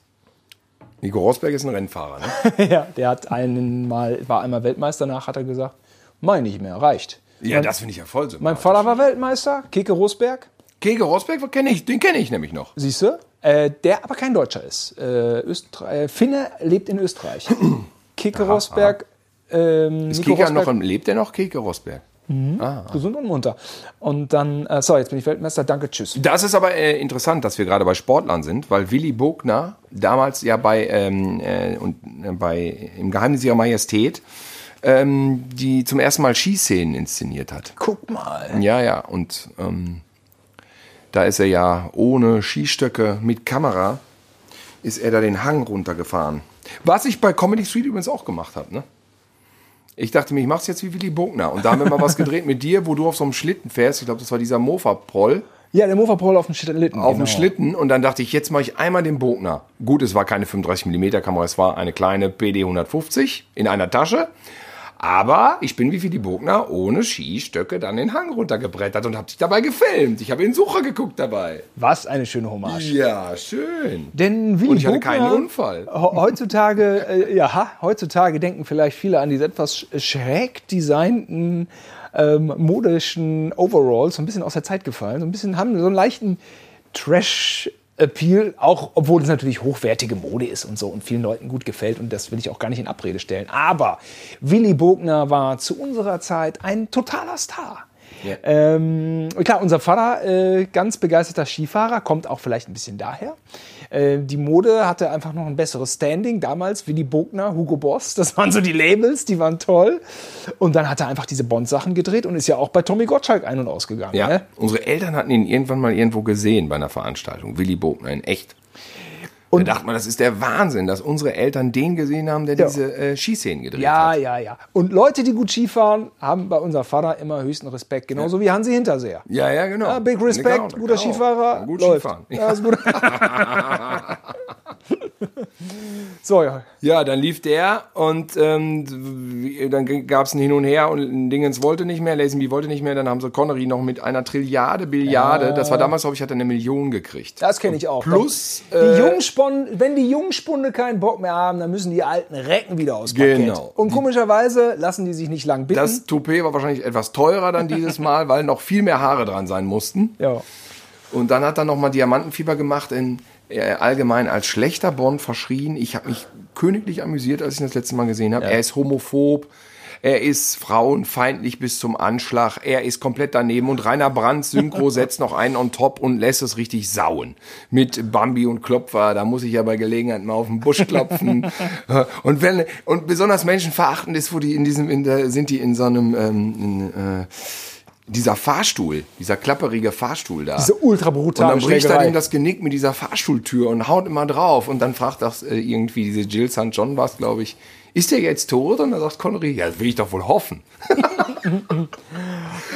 [SPEAKER 1] Nico Rosberg ist ein Rennfahrer, ne?
[SPEAKER 2] ja, der hat einen mal, war einmal Weltmeister nach, hat er gesagt, mein nicht mehr, reicht.
[SPEAKER 1] Ja, das finde ich ja voll so.
[SPEAKER 2] Mein Vater war Weltmeister, Keke Rosberg,
[SPEAKER 1] Keke Rosberg kenne ich, den kenne ich nämlich noch.
[SPEAKER 2] siehst du? Äh, der aber kein Deutscher ist. Äh, Östre äh, Finne lebt
[SPEAKER 1] [CLEARS THROAT]
[SPEAKER 2] in Österreich. Keke Rosberg, ähm,
[SPEAKER 1] Ist
[SPEAKER 2] Nico
[SPEAKER 1] Keke noch
[SPEAKER 2] Rosberg,
[SPEAKER 1] im, lebt der noch? Keke Rosberg.
[SPEAKER 2] gesund und munter. Und dann, äh, so, jetzt bin ich Weltmeister, danke, tschüss.
[SPEAKER 1] Das ist aber äh, interessant, dass wir gerade bei Sportlern sind, weil Willy Bogner damals ja bei, ähm, äh, und, äh, bei im Geheimnis ihrer Majestät ähm, die zum ersten Mal Skiszenen inszeniert hat.
[SPEAKER 2] Guck mal.
[SPEAKER 1] Ja, ja, und ähm, da ist er ja ohne Skistöcke mit Kamera, ist er da den Hang runtergefahren. Was ich bei Comedy Street übrigens auch gemacht habe, ne? Ich dachte mir, ich mach's jetzt wie Willy Bogner. Und da haben wir mal was gedreht mit dir, wo du auf so einem Schlitten fährst. Ich glaube, das war dieser Mofa-Proll
[SPEAKER 2] Ja, der Mofa-Paul auf dem Schlitten. genau.
[SPEAKER 1] auf dem Schlitten und dann dachte ich, jetzt mache ich einmal den Bogner. Gut, es war keine 35mm Kamera, es war eine kleine PD 150 in einer Tasche. Aber ich bin wie Willy Bogner ohne Skistöcke dann den Hang runtergebrettert und habe dich dabei gefilmt. Ich habe in Sucher geguckt dabei.
[SPEAKER 2] Was eine schöne Hommage.
[SPEAKER 1] Ja, schön.
[SPEAKER 2] Denn Willy
[SPEAKER 1] Und ich hatte
[SPEAKER 2] Bogner-
[SPEAKER 1] keinen Unfall.
[SPEAKER 2] [LAUGHS] He- Heutzutage, äh, ja, ha, heutzutage denken vielleicht viele an diese etwas sch- schräg designten ähm, modischen Overalls, so ein bisschen aus der Zeit gefallen, so ein bisschen haben so einen leichten Trash. Appeal, auch obwohl es natürlich hochwertige Mode ist und so und vielen Leuten gut gefällt und das will ich auch gar nicht in Abrede stellen. Aber Willy Bogner war zu unserer Zeit ein totaler Star.
[SPEAKER 1] Ja.
[SPEAKER 2] Ähm, und klar, unser Vater, äh, ganz begeisterter Skifahrer, kommt auch vielleicht ein bisschen daher. Äh, die Mode hatte einfach noch ein besseres Standing. Damals Willy Bogner, Hugo Boss, das waren so die Labels, die waren toll. Und dann hat er einfach diese Bond-Sachen gedreht und ist ja auch bei Tommy Gottschalk ein- und ausgegangen.
[SPEAKER 1] Ja,
[SPEAKER 2] Ne?
[SPEAKER 1] unsere Eltern hatten ihn irgendwann mal irgendwo gesehen bei einer Veranstaltung. Willy Bogner in echt. Und
[SPEAKER 2] Und-
[SPEAKER 1] da dachte man, das ist der Wahnsinn, dass unsere Eltern den gesehen haben, der
[SPEAKER 2] Ja.
[SPEAKER 1] diese äh, Skiszenen gedreht
[SPEAKER 2] Ja,
[SPEAKER 1] hat.
[SPEAKER 2] ja, ja. Und Leute, die gut Skifahren, haben bei unserem Vater immer höchsten Respekt. Genauso wie Hansi Hinterseher.
[SPEAKER 1] Ja, ja, genau.
[SPEAKER 2] Ah, big respect,
[SPEAKER 1] Genau,
[SPEAKER 2] guter
[SPEAKER 1] genau.
[SPEAKER 2] Skifahrer.
[SPEAKER 1] Gut
[SPEAKER 2] läuft.
[SPEAKER 1] Skifahren.
[SPEAKER 2] Ja,
[SPEAKER 1] [LAUGHS]
[SPEAKER 2] ist gut. [LAUGHS] so, ja.
[SPEAKER 1] Ja, dann lief der und ähm, dann gab es ein Hin und Her und Dingens wollte nicht mehr, Lazenby wollte nicht mehr, dann haben sie Connery noch mit einer Trilliarde, Billiarde, das war damals, glaube ich, hat er eine Million gekriegt.
[SPEAKER 2] Das kenne ich auch.
[SPEAKER 1] Plus,
[SPEAKER 2] die
[SPEAKER 1] äh,
[SPEAKER 2] Jungspunde, wenn die Jungspunde keinen Bock mehr haben, dann müssen die alten Recken wieder aus
[SPEAKER 1] Genau.
[SPEAKER 2] Und komischerweise lassen die sich nicht lang bitten.
[SPEAKER 1] Das Toupet war wahrscheinlich etwas teurer dann dieses Mal, weil noch viel mehr Haare dran sein mussten.
[SPEAKER 2] ja.
[SPEAKER 1] Und dann hat er nochmal Diamantenfieber gemacht, in, äh, allgemein als schlechter Bond verschrien. Ich habe mich königlich amüsiert, als ich ihn das letzte Mal gesehen habe. Er ist homophob, er ist frauenfeindlich bis zum Anschlag, er ist komplett daneben und Rainer Brandt Synchro setzt noch einen on top und lässt es richtig sauen. Mit Bambi und Klopfer, da muss ich ja bei Gelegenheit mal auf den Busch klopfen. und wenn und besonders menschenverachtend ist, wo die in diesem in der, sind die in so einem ähm, in, äh, dieser Fahrstuhl, dieser klapperige Fahrstuhl da.
[SPEAKER 2] Diese ultra brutale
[SPEAKER 1] Und dann bricht er
[SPEAKER 2] Schlägerei.
[SPEAKER 1] ihm das Genick mit dieser Fahrstuhltür und haut immer drauf. Und dann fragt das äh, irgendwie diese Jill St. John was, glaube ich, ist der jetzt tot? Und dann sagt Connery, ja, das will ich doch wohl
[SPEAKER 2] [LAUGHS]
[SPEAKER 1] hoffen.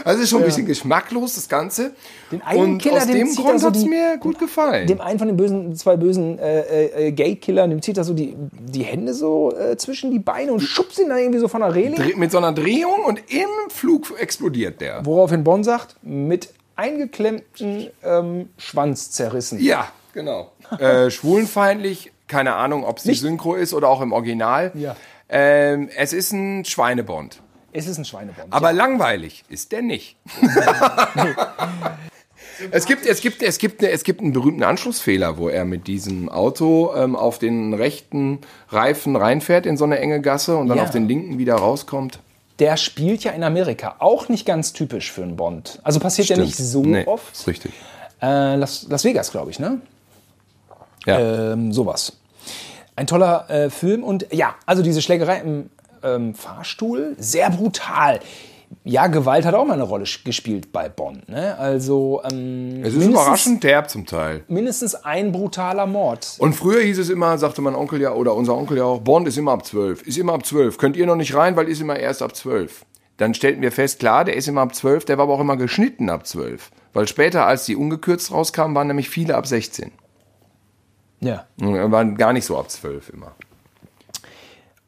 [SPEAKER 1] also ist schon ein bisschen geschmacklos, das Ganze.
[SPEAKER 2] Den einen
[SPEAKER 1] und
[SPEAKER 2] Killer,
[SPEAKER 1] aus
[SPEAKER 2] dem
[SPEAKER 1] dem
[SPEAKER 2] zieht er
[SPEAKER 1] Grund
[SPEAKER 2] so
[SPEAKER 1] hat es
[SPEAKER 2] die-
[SPEAKER 1] mir gut gefallen.
[SPEAKER 2] Dem einen von den bösen, zwei bösen äh, äh, Gay-Killern, dem zieht er so die, die Hände so äh, zwischen die Beine und schubst ihn dann irgendwie so von der Reling.
[SPEAKER 1] Dreht mit so einer Drehung und im Flug explodiert der.
[SPEAKER 2] Woraufhin Bonn sagt, mit eingeklemmten ähm, Schwanz zerrissen.
[SPEAKER 1] Ja,
[SPEAKER 2] [LAUGHS]
[SPEAKER 1] genau. äh, schwulenfeindlich, keine Ahnung, ob sie
[SPEAKER 2] Nicht-
[SPEAKER 1] synchro ist oder auch im Original.
[SPEAKER 2] Ja.
[SPEAKER 1] Ähm, es ist ein Schweinebond.
[SPEAKER 2] Es ist ein Schweinebond.
[SPEAKER 1] Aber langweilig ist der nicht. [LAUGHS] es, gibt, es, gibt, es, gibt, es gibt einen berühmten Anschlussfehler, wo er mit diesem Auto ähm, auf den rechten Reifen reinfährt in so eine enge Gasse und dann
[SPEAKER 2] Ja.
[SPEAKER 1] auf den linken wieder rauskommt.
[SPEAKER 2] der spielt ja in Amerika. Auch nicht ganz typisch für einen Bond. Also passiert ja nicht so
[SPEAKER 1] Nee,
[SPEAKER 2] oft.
[SPEAKER 1] Ist richtig.
[SPEAKER 2] Äh, Las, Las Vegas, glaube ich, ne?
[SPEAKER 1] Ja.
[SPEAKER 2] Ähm, sowas. Ein toller äh, Film und ja, also diese Schlägerei im ähm, Fahrstuhl, sehr brutal. Ja, Gewalt hat auch mal eine Rolle sch- gespielt bei Bond. Ne? Also ähm,
[SPEAKER 1] es ist überraschend derb zum Teil.
[SPEAKER 2] mindestens ein brutaler Mord.
[SPEAKER 1] Und früher hieß es immer, sagte mein Onkel ja oder unser Onkel ja auch, Bond ist immer ab 12, ist immer ab 12, könnt ihr noch nicht rein, weil ist immer erst ab 12. Dann stellten wir fest, klar, der ist immer ab 12, der war aber auch immer geschnitten ab 12. Weil später, als die ungekürzt rauskamen, waren nämlich viele ab 16.
[SPEAKER 2] Ja.
[SPEAKER 1] Und wir waren gar nicht so ab zwölf immer.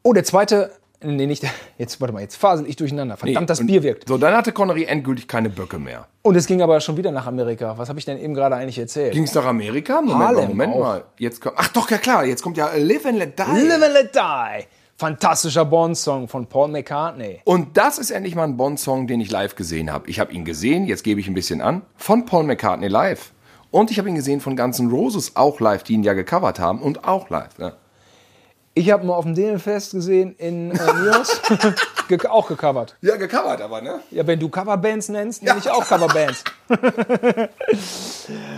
[SPEAKER 2] Oh, der zweite. Nee, nicht. [LAUGHS] der- Jetzt, warte mal, jetzt fasel ich durcheinander.
[SPEAKER 1] Nee,
[SPEAKER 2] Verdammt, das
[SPEAKER 1] und-
[SPEAKER 2] Bier wirkt.
[SPEAKER 1] So, dann hatte Connery endgültig keine Böcke mehr.
[SPEAKER 2] Und es ging aber schon wieder nach Amerika. Was habe ich denn eben gerade eigentlich erzählt?
[SPEAKER 1] Ging es nach Amerika? Moment, mal,
[SPEAKER 2] Harlem
[SPEAKER 1] Moment
[SPEAKER 2] auch.
[SPEAKER 1] mal. Jetzt kommt, ach doch, ja klar, jetzt kommt ja äh, Live and Let Die.
[SPEAKER 2] Live and Let Die. Fantastischer Bond-Song von Paul McCartney.
[SPEAKER 1] Und das ist endlich mal ein Bond-Song, den ich live gesehen habe. Ich habe ihn gesehen, jetzt gebe ich ein bisschen an, von Paul McCartney live. Und ich habe ihn gesehen von ganzen Roses auch live, die ihn ja gecovert haben und auch live. Ja.
[SPEAKER 2] Ich habe mal auf dem Dänenfest gesehen in äh,
[SPEAKER 1] [LAUGHS]
[SPEAKER 2] Nios. Ge auch gecovert.
[SPEAKER 1] ja, gecovert aber, ne?
[SPEAKER 2] Ja, wenn du Coverbands nennst, nenne ich auch Coverbands.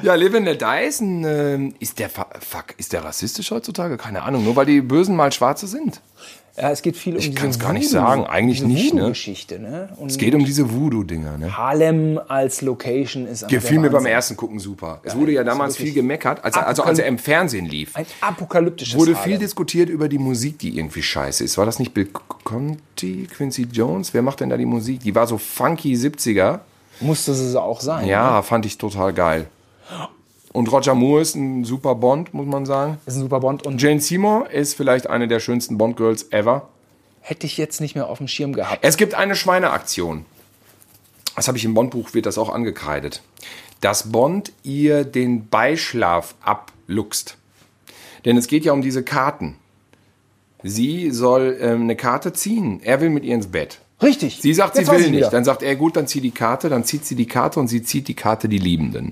[SPEAKER 1] Ja, Live and Let Die ist ein, ähm, ist der, fa- fuck, ist der rassistisch heutzutage? Keine Ahnung, nur weil die Bösen mal Schwarze sind.
[SPEAKER 2] Ja, es geht viel um diese
[SPEAKER 1] kann's gar nicht
[SPEAKER 2] Voodoo-
[SPEAKER 1] sagen. Eigentlich
[SPEAKER 2] diese
[SPEAKER 1] nicht, ne?
[SPEAKER 2] Voodoo-Geschichte, ne? Und
[SPEAKER 1] Es geht um diese Voodoo-Dinger, ne?
[SPEAKER 2] Harlem als Location ist einfach
[SPEAKER 1] Gefiel
[SPEAKER 2] der
[SPEAKER 1] mir beim
[SPEAKER 2] Wahnsinn.
[SPEAKER 1] ersten Gucken super. Es wurde ja
[SPEAKER 2] das ist
[SPEAKER 1] damals viel
[SPEAKER 2] wirklich-
[SPEAKER 1] gemeckert, als er, also als er im Fernsehen lief.
[SPEAKER 2] Ein apokalyptisches
[SPEAKER 1] Wurde
[SPEAKER 2] Harlem.
[SPEAKER 1] viel diskutiert über die Musik, die irgendwie scheiße ist. War das nicht Bill Conti, Quincy Jones? Wer macht denn da die Musik? Die war so funky 70er.
[SPEAKER 2] Musste es auch sein.
[SPEAKER 1] Ja, fand ich total geil. Und Roger Moore ist ein super Bond, muss man sagen.
[SPEAKER 2] Ist ein super Bond und
[SPEAKER 1] Jane Seymour ist vielleicht eine der schönsten Bond-Girls ever.
[SPEAKER 2] hätte ich jetzt nicht mehr auf dem Schirm gehabt.
[SPEAKER 1] Es gibt eine Schweineaktion. Das habe ich im Bond-Buch, wird das auch angekreidet. Dass Bond ihr den Beischlaf abluchst. Denn es geht ja um diese Karten. Sie soll ähm, eine Karte ziehen. Er will mit ihr ins Bett.
[SPEAKER 2] Richtig.
[SPEAKER 1] Sie sagt,
[SPEAKER 2] Jetzt
[SPEAKER 1] sie
[SPEAKER 2] weiß
[SPEAKER 1] will
[SPEAKER 2] ich
[SPEAKER 1] nicht.
[SPEAKER 2] wieder.
[SPEAKER 1] Dann sagt er, gut, dann zieh die Karte. Dann zieht sie die Karte und sie zieht die Karte die Liebenden.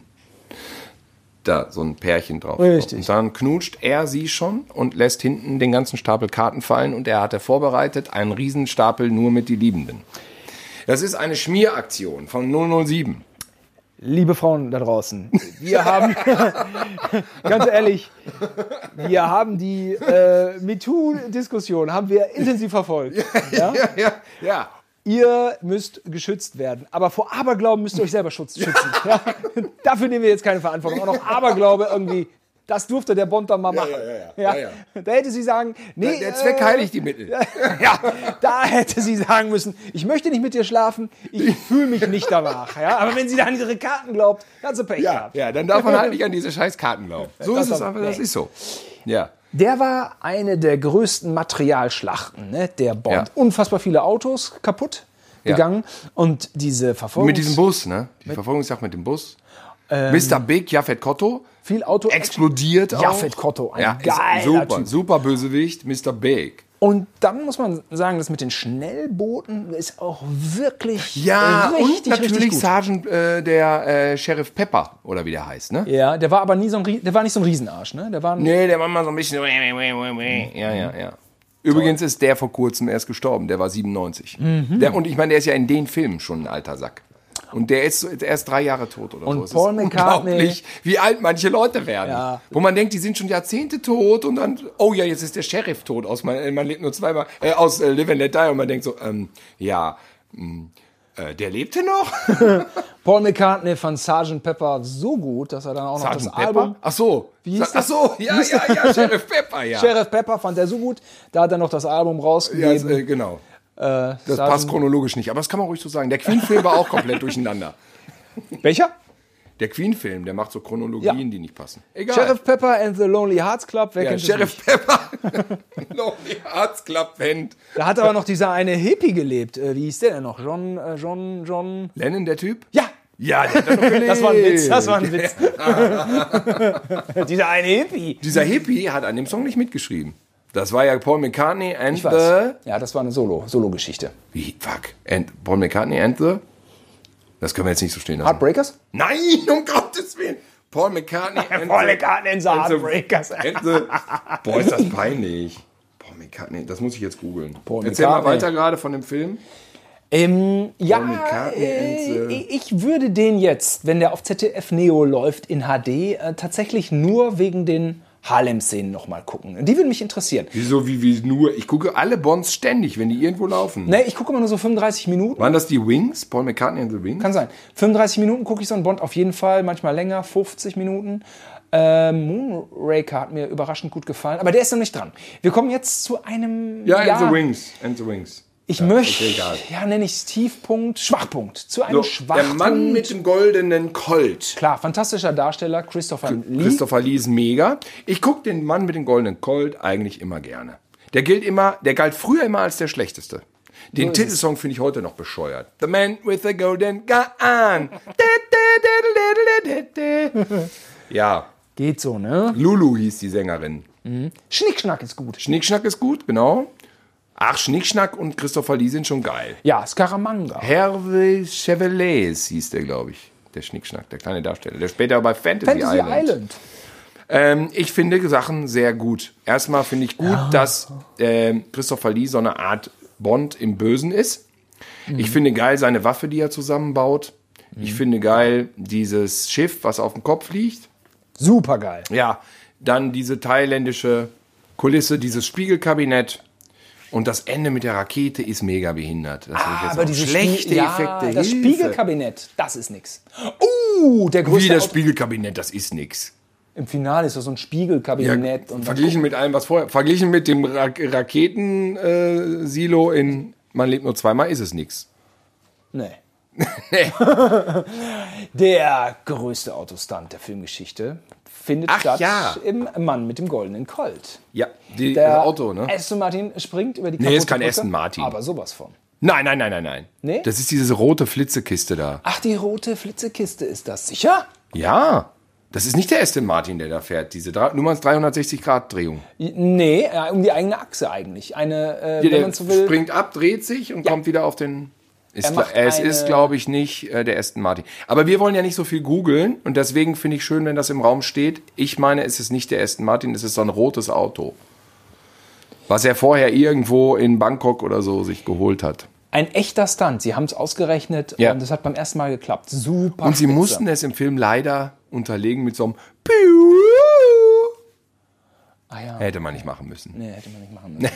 [SPEAKER 1] Da, so ein Pärchen drauf.
[SPEAKER 2] Richtig.
[SPEAKER 1] Und dann knutscht er sie schon und lässt hinten den ganzen Stapel Karten fallen. Und er hatte vorbereitet einen Riesenstapel nur mit die Liebenden. Das ist eine Schmieraktion von 007.
[SPEAKER 2] Liebe Frauen da draußen, wir haben, [LAUGHS] ganz ehrlich, wir haben die äh, MeToo-Diskussion, haben wir intensiv verfolgt. Ja?
[SPEAKER 1] Ja, ja, ja.
[SPEAKER 2] Ihr müsst geschützt werden, aber vor Aberglauben müsst ihr euch selber schutz, schützen. Ja? [LAUGHS] Dafür nehmen wir jetzt keine Verantwortung. Auch noch Aberglaube irgendwie, das durfte der Bond dann mal machen.
[SPEAKER 1] ja, ja, ja,
[SPEAKER 2] Da hätte sie sagen, nee,
[SPEAKER 1] Der Zweck halt-
[SPEAKER 2] äh,
[SPEAKER 1] heiligt die Mittel.
[SPEAKER 2] ja, da hätte sie sagen müssen, ich möchte nicht mit dir schlafen, ich fühle mich nicht danach. Ja? Aber wenn sie dann ihre Karten glaubt, dann hat sie Pech
[SPEAKER 1] Ja,
[SPEAKER 2] gehabt.
[SPEAKER 1] ja, dann darf man halt nicht an diese scheiß Karten glauben. So
[SPEAKER 2] Das
[SPEAKER 1] ist es
[SPEAKER 2] doch-
[SPEAKER 1] einfach, das
[SPEAKER 2] nee.
[SPEAKER 1] ist so. Ja.
[SPEAKER 2] Der war eine der größten Materialschlachten, ne? der Bond.
[SPEAKER 1] Ja.
[SPEAKER 2] Unfassbar viele Autos kaputt
[SPEAKER 1] Ja.
[SPEAKER 2] gegangen und diese Verfolgung.
[SPEAKER 1] Mit diesem Bus, ne? Die Verfolgungsjagd mit dem Bus.
[SPEAKER 2] Ähm.
[SPEAKER 1] Mr. Big, Jaffet Kotto.
[SPEAKER 2] viel Auto
[SPEAKER 1] Explodiert auch.
[SPEAKER 2] Jaffet Kotto, ein
[SPEAKER 1] ist
[SPEAKER 2] geiler
[SPEAKER 1] super,
[SPEAKER 2] Typ.
[SPEAKER 1] super Bösewicht, Mr. Big.
[SPEAKER 2] Und dann muss man sagen, das mit den Schnellbooten ist auch wirklich
[SPEAKER 1] Ja,
[SPEAKER 2] Äh, richtig,
[SPEAKER 1] und natürlich
[SPEAKER 2] richtig gut.
[SPEAKER 1] Sergeant, äh, der äh, Sheriff Pepper, oder wie der heißt, ne?
[SPEAKER 2] Ja, der war aber nie so ein, Rie- der war nicht so ein Riesenarsch, ne? Der war ein
[SPEAKER 1] Nee, der war mal so ein bisschen so. äh, Ja, ja, ja. Mhm. Übrigens ist der vor kurzem erst gestorben, der war 97.
[SPEAKER 2] Mhm.
[SPEAKER 1] Der, und ich meine, der ist ja in den Filmen schon ein alter Sack. Und der ist so- der ist drei Jahre tot oder
[SPEAKER 2] Und
[SPEAKER 1] so. Es
[SPEAKER 2] Paul
[SPEAKER 1] ist
[SPEAKER 2] McCartney-
[SPEAKER 1] unglaublich, wie alt manche Leute werden.
[SPEAKER 2] Ja.
[SPEAKER 1] Wo man denkt, die sind schon Jahrzehnte tot und dann, oh ja, jetzt ist der Sheriff tot aus man, man lebt nur zweimal äh, aus äh, Live and Let Die und man denkt so, ähm, ja, mh, äh, der lebte noch?
[SPEAKER 2] Paul McCartney fand Sgt. Pepper so gut, dass er dann auch noch das
[SPEAKER 1] Sergeant
[SPEAKER 2] Album.
[SPEAKER 1] Pepper? Ach so.
[SPEAKER 2] Wie hieß
[SPEAKER 1] Ach so, ja, ja, ja, Sheriff Pepper, ja.
[SPEAKER 2] [LAUGHS] Sheriff Pepper fand er so gut, da hat er noch das Album
[SPEAKER 1] Ja, ist,
[SPEAKER 2] rausgegeben.
[SPEAKER 1] äh, genau.
[SPEAKER 2] äh,
[SPEAKER 1] Das
[SPEAKER 2] Sergeant-
[SPEAKER 1] passt chronologisch nicht, aber das kann man ruhig so sagen. Der Queen-Film war auch komplett [LAUGHS] durcheinander.
[SPEAKER 2] Welcher?
[SPEAKER 1] Der Queen-Film, der macht so Chronologien,
[SPEAKER 2] Ja.
[SPEAKER 1] die nicht passen. Egal.
[SPEAKER 2] Sheriff Pepper and the Lonely Hearts Club. Wer
[SPEAKER 1] ja,
[SPEAKER 2] kennt es
[SPEAKER 1] Sheriff
[SPEAKER 2] nicht?
[SPEAKER 1] Pepper. [LAUGHS] Lonely Hearts Club Band.
[SPEAKER 2] Da hat aber noch dieser eine Hippie gelebt. Äh, wie hieß der denn noch? John, äh, John, John.
[SPEAKER 1] Lennon, der Typ?
[SPEAKER 2] Ja,
[SPEAKER 1] Ja, der hat doch noch gelebt.
[SPEAKER 2] das war ein Witz. Das war ein [LAUGHS] Witz. dieser eine Hippie.
[SPEAKER 1] Dieser Hippie hat an dem Song nicht mitgeschrieben. Das war ja Paul McCartney and
[SPEAKER 2] Ich weiß.
[SPEAKER 1] the...
[SPEAKER 2] Ja, das war eine Solo, Solo-Geschichte.
[SPEAKER 1] Wie, fuck. And Paul McCartney and the... Das können wir jetzt nicht so stehen lassen.
[SPEAKER 2] Heartbreakers?
[SPEAKER 1] Nein, um Gottes Willen. Paul McCartney and
[SPEAKER 2] [LAUGHS] Paul
[SPEAKER 1] the-
[SPEAKER 2] McCartney and the Heartbreakers.
[SPEAKER 1] And the- Boah, ist das peinlich. Paul McCartney, das muss ich jetzt googeln.
[SPEAKER 2] Paul
[SPEAKER 1] Erzähl mal
[SPEAKER 2] McCartney.
[SPEAKER 1] weiter gerade von dem Film.
[SPEAKER 2] Ähm, ja,
[SPEAKER 1] McCartney and
[SPEAKER 2] äh,
[SPEAKER 1] the-
[SPEAKER 2] ich würde den jetzt, wenn der auf ZDF Neo läuft in HD, äh, tatsächlich nur wegen den Harlem-Szenen nochmal gucken. Die würden mich interessieren.
[SPEAKER 1] Wieso, wie, wie nur? Ich gucke alle Bonds ständig, wenn die irgendwo laufen.
[SPEAKER 2] Ne, ich gucke immer nur so 35 Minuten.
[SPEAKER 1] Waren das die Wings? Paul McCartney and the Wings?
[SPEAKER 2] Kann sein. 35 Minuten gucke ich so einen Bond auf jeden Fall, manchmal länger, 50 Minuten. Ähm, Moonraker hat mir überraschend gut gefallen, aber der ist noch nicht dran. Wir kommen jetzt zu einem.
[SPEAKER 1] ja, and the Wings. And the Wings.
[SPEAKER 2] Ich möchte,
[SPEAKER 1] ist egal.
[SPEAKER 2] ja, nenne ich es Tiefpunkt, Schwachpunkt. Zu einem
[SPEAKER 1] So, der
[SPEAKER 2] Schwachpunkt.
[SPEAKER 1] Mann mit dem goldenen Colt.
[SPEAKER 2] Klar, fantastischer Darsteller, Christopher Lee.
[SPEAKER 1] Christopher Lee ist mega. Ich gucke den Mann mit dem goldenen Colt eigentlich immer gerne. Der gilt immer, der galt früher immer als der schlechteste. Den Titelsong finde ich heute noch bescheuert. The Man with the Golden Gun. [LAUGHS] ja,
[SPEAKER 2] Geht so, ne?
[SPEAKER 1] Lulu hieß die Sängerin.
[SPEAKER 2] Schnickschnack ist gut.
[SPEAKER 1] Schnickschnack ist gut, genau. Ach, Schnickschnack und Christopher Lee sind schon geil.
[SPEAKER 2] Ja, Scaramanga.
[SPEAKER 1] Hervé Chevalets hieß der, glaube ich. Der Schnickschnack, der kleine Darsteller. Der später bei Fantasy,
[SPEAKER 2] Fantasy
[SPEAKER 1] Island.
[SPEAKER 2] Island.
[SPEAKER 1] Ähm, ich finde Sachen sehr gut. Erstmal finde ich gut, dass ähm, Christopher Lee so eine Art Bond im Bösen ist.
[SPEAKER 2] Mhm.
[SPEAKER 1] Ich finde geil seine Waffe, die er zusammenbaut. Ich finde geil dieses Schiff, was auf dem Kopf liegt.
[SPEAKER 2] Super geil.
[SPEAKER 1] Ja, dann diese thailändische Kulisse, dieses Spiegelkabinett. Und das Ende mit der Rakete ist mega behindert. Das ah,
[SPEAKER 2] Aber diese
[SPEAKER 1] schlechte
[SPEAKER 2] Spie-
[SPEAKER 1] Effekte.
[SPEAKER 2] ja, das
[SPEAKER 1] Hilfe.
[SPEAKER 2] Spiegelkabinett, das ist nix. Uh, der
[SPEAKER 1] Wie
[SPEAKER 2] größte
[SPEAKER 1] das
[SPEAKER 2] Auto-
[SPEAKER 1] Spiegelkabinett, das ist nix.
[SPEAKER 2] Im Finale ist das so ein Spiegelkabinett. und dann
[SPEAKER 1] verglichen mit allem, was vorher. Verglichen mit dem Ra Raketen-Silo in Man lebt nur zweimal, ist es nichts.
[SPEAKER 2] Nee.
[SPEAKER 1] [LAUGHS]
[SPEAKER 2] [LAUGHS] der größte Autostunt der Filmgeschichte findet
[SPEAKER 1] Ach
[SPEAKER 2] statt
[SPEAKER 1] ja.
[SPEAKER 2] im Mann mit dem goldenen Colt.
[SPEAKER 1] Ja, die,
[SPEAKER 2] Der
[SPEAKER 1] das Auto, ne?
[SPEAKER 2] Aston Martin springt über die
[SPEAKER 1] Nee, ist
[SPEAKER 2] kaputte
[SPEAKER 1] kein
[SPEAKER 2] Brücke,
[SPEAKER 1] Aston Martin.
[SPEAKER 2] Aber sowas von.
[SPEAKER 1] Nein, nein, nein, nein, nein.
[SPEAKER 2] Nee?
[SPEAKER 1] Das ist diese rote Flitzekiste da.
[SPEAKER 2] Ach, die rote Flitzekiste ist das. Sicher?
[SPEAKER 1] Ja. Das ist nicht der Aston Martin, der da fährt. Diese drei- Nummer 360-Grad-Drehung.
[SPEAKER 2] Nee, ja, um die eigene Achse eigentlich. Eine, äh, wenn
[SPEAKER 1] Der
[SPEAKER 2] man so will.
[SPEAKER 1] springt ab, dreht sich und kommt wieder auf den. Ist,
[SPEAKER 2] macht
[SPEAKER 1] es
[SPEAKER 2] eine-
[SPEAKER 1] ist, glaube ich, nicht äh, der Aston Martin. Aber wir wollen ja nicht so viel googeln und deswegen finde ich schön, wenn das im Raum steht. Ich meine, es ist nicht der Aston Martin, es ist so ein rotes Auto. Was er vorher irgendwo in Bangkok oder so sich geholt hat.
[SPEAKER 2] Ein echter Stunt. Sie haben es ausgerechnet
[SPEAKER 1] Ja.
[SPEAKER 2] und das hat beim ersten Mal geklappt. Super.
[SPEAKER 1] Und sie
[SPEAKER 2] spitze.
[SPEAKER 1] mussten es im Film leider unterlegen mit so einem Piu.
[SPEAKER 2] Ah ja,
[SPEAKER 1] Hätte man nicht machen müssen.
[SPEAKER 2] nee, hätte man nicht machen müssen.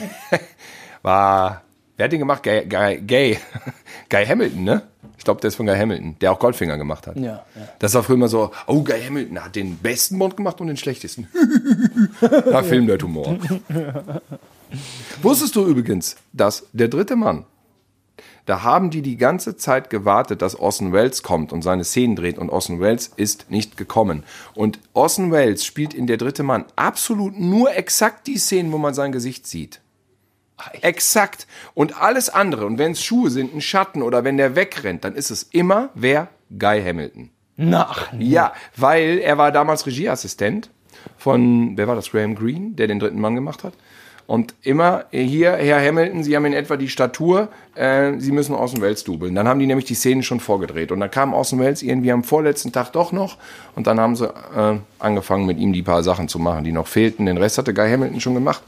[SPEAKER 1] War. Wer hat den gemacht? Guy, Guy, Guy. [LAUGHS] Guy Hamilton, ne? Ich glaube, der ist von Guy Hamilton, der auch Goldfinger gemacht hat.
[SPEAKER 2] Ja, ja.
[SPEAKER 1] Das war früher immer so, oh, Guy Hamilton hat den besten Bond gemacht und den schlechtesten. [LAUGHS] da filmt der
[SPEAKER 2] [LAUGHS]
[SPEAKER 1] Humor. Wusstest du übrigens, dass der dritte Mann, da haben die die ganze Zeit gewartet, dass Orson Welles kommt und seine Szenen dreht und Orson Welles ist nicht gekommen. Und Orson Welles spielt in der dritte Mann absolut nur exakt die Szenen, wo man sein Gesicht sieht. Exakt. Und alles andere, und wenn es Schuhe sind, ein Schatten oder wenn der wegrennt, dann ist es immer wer? Guy Hamilton.
[SPEAKER 2] Na, ach, nee.
[SPEAKER 1] Ja, weil er war damals Regieassistent von, wer war das, Graham Greene, der den dritten Mann gemacht hat. Und immer hier, Herr Hamilton, Sie haben in etwa die Statur, äh, Sie müssen Orson Welles dubeln. Dann haben die nämlich die Szenen schon vorgedreht. Und dann kam Orson Welles irgendwie am vorletzten Tag doch noch. Und dann haben sie äh, angefangen, mit ihm die paar Sachen zu machen, die noch fehlten. Den Rest hatte Guy Hamilton schon gemacht.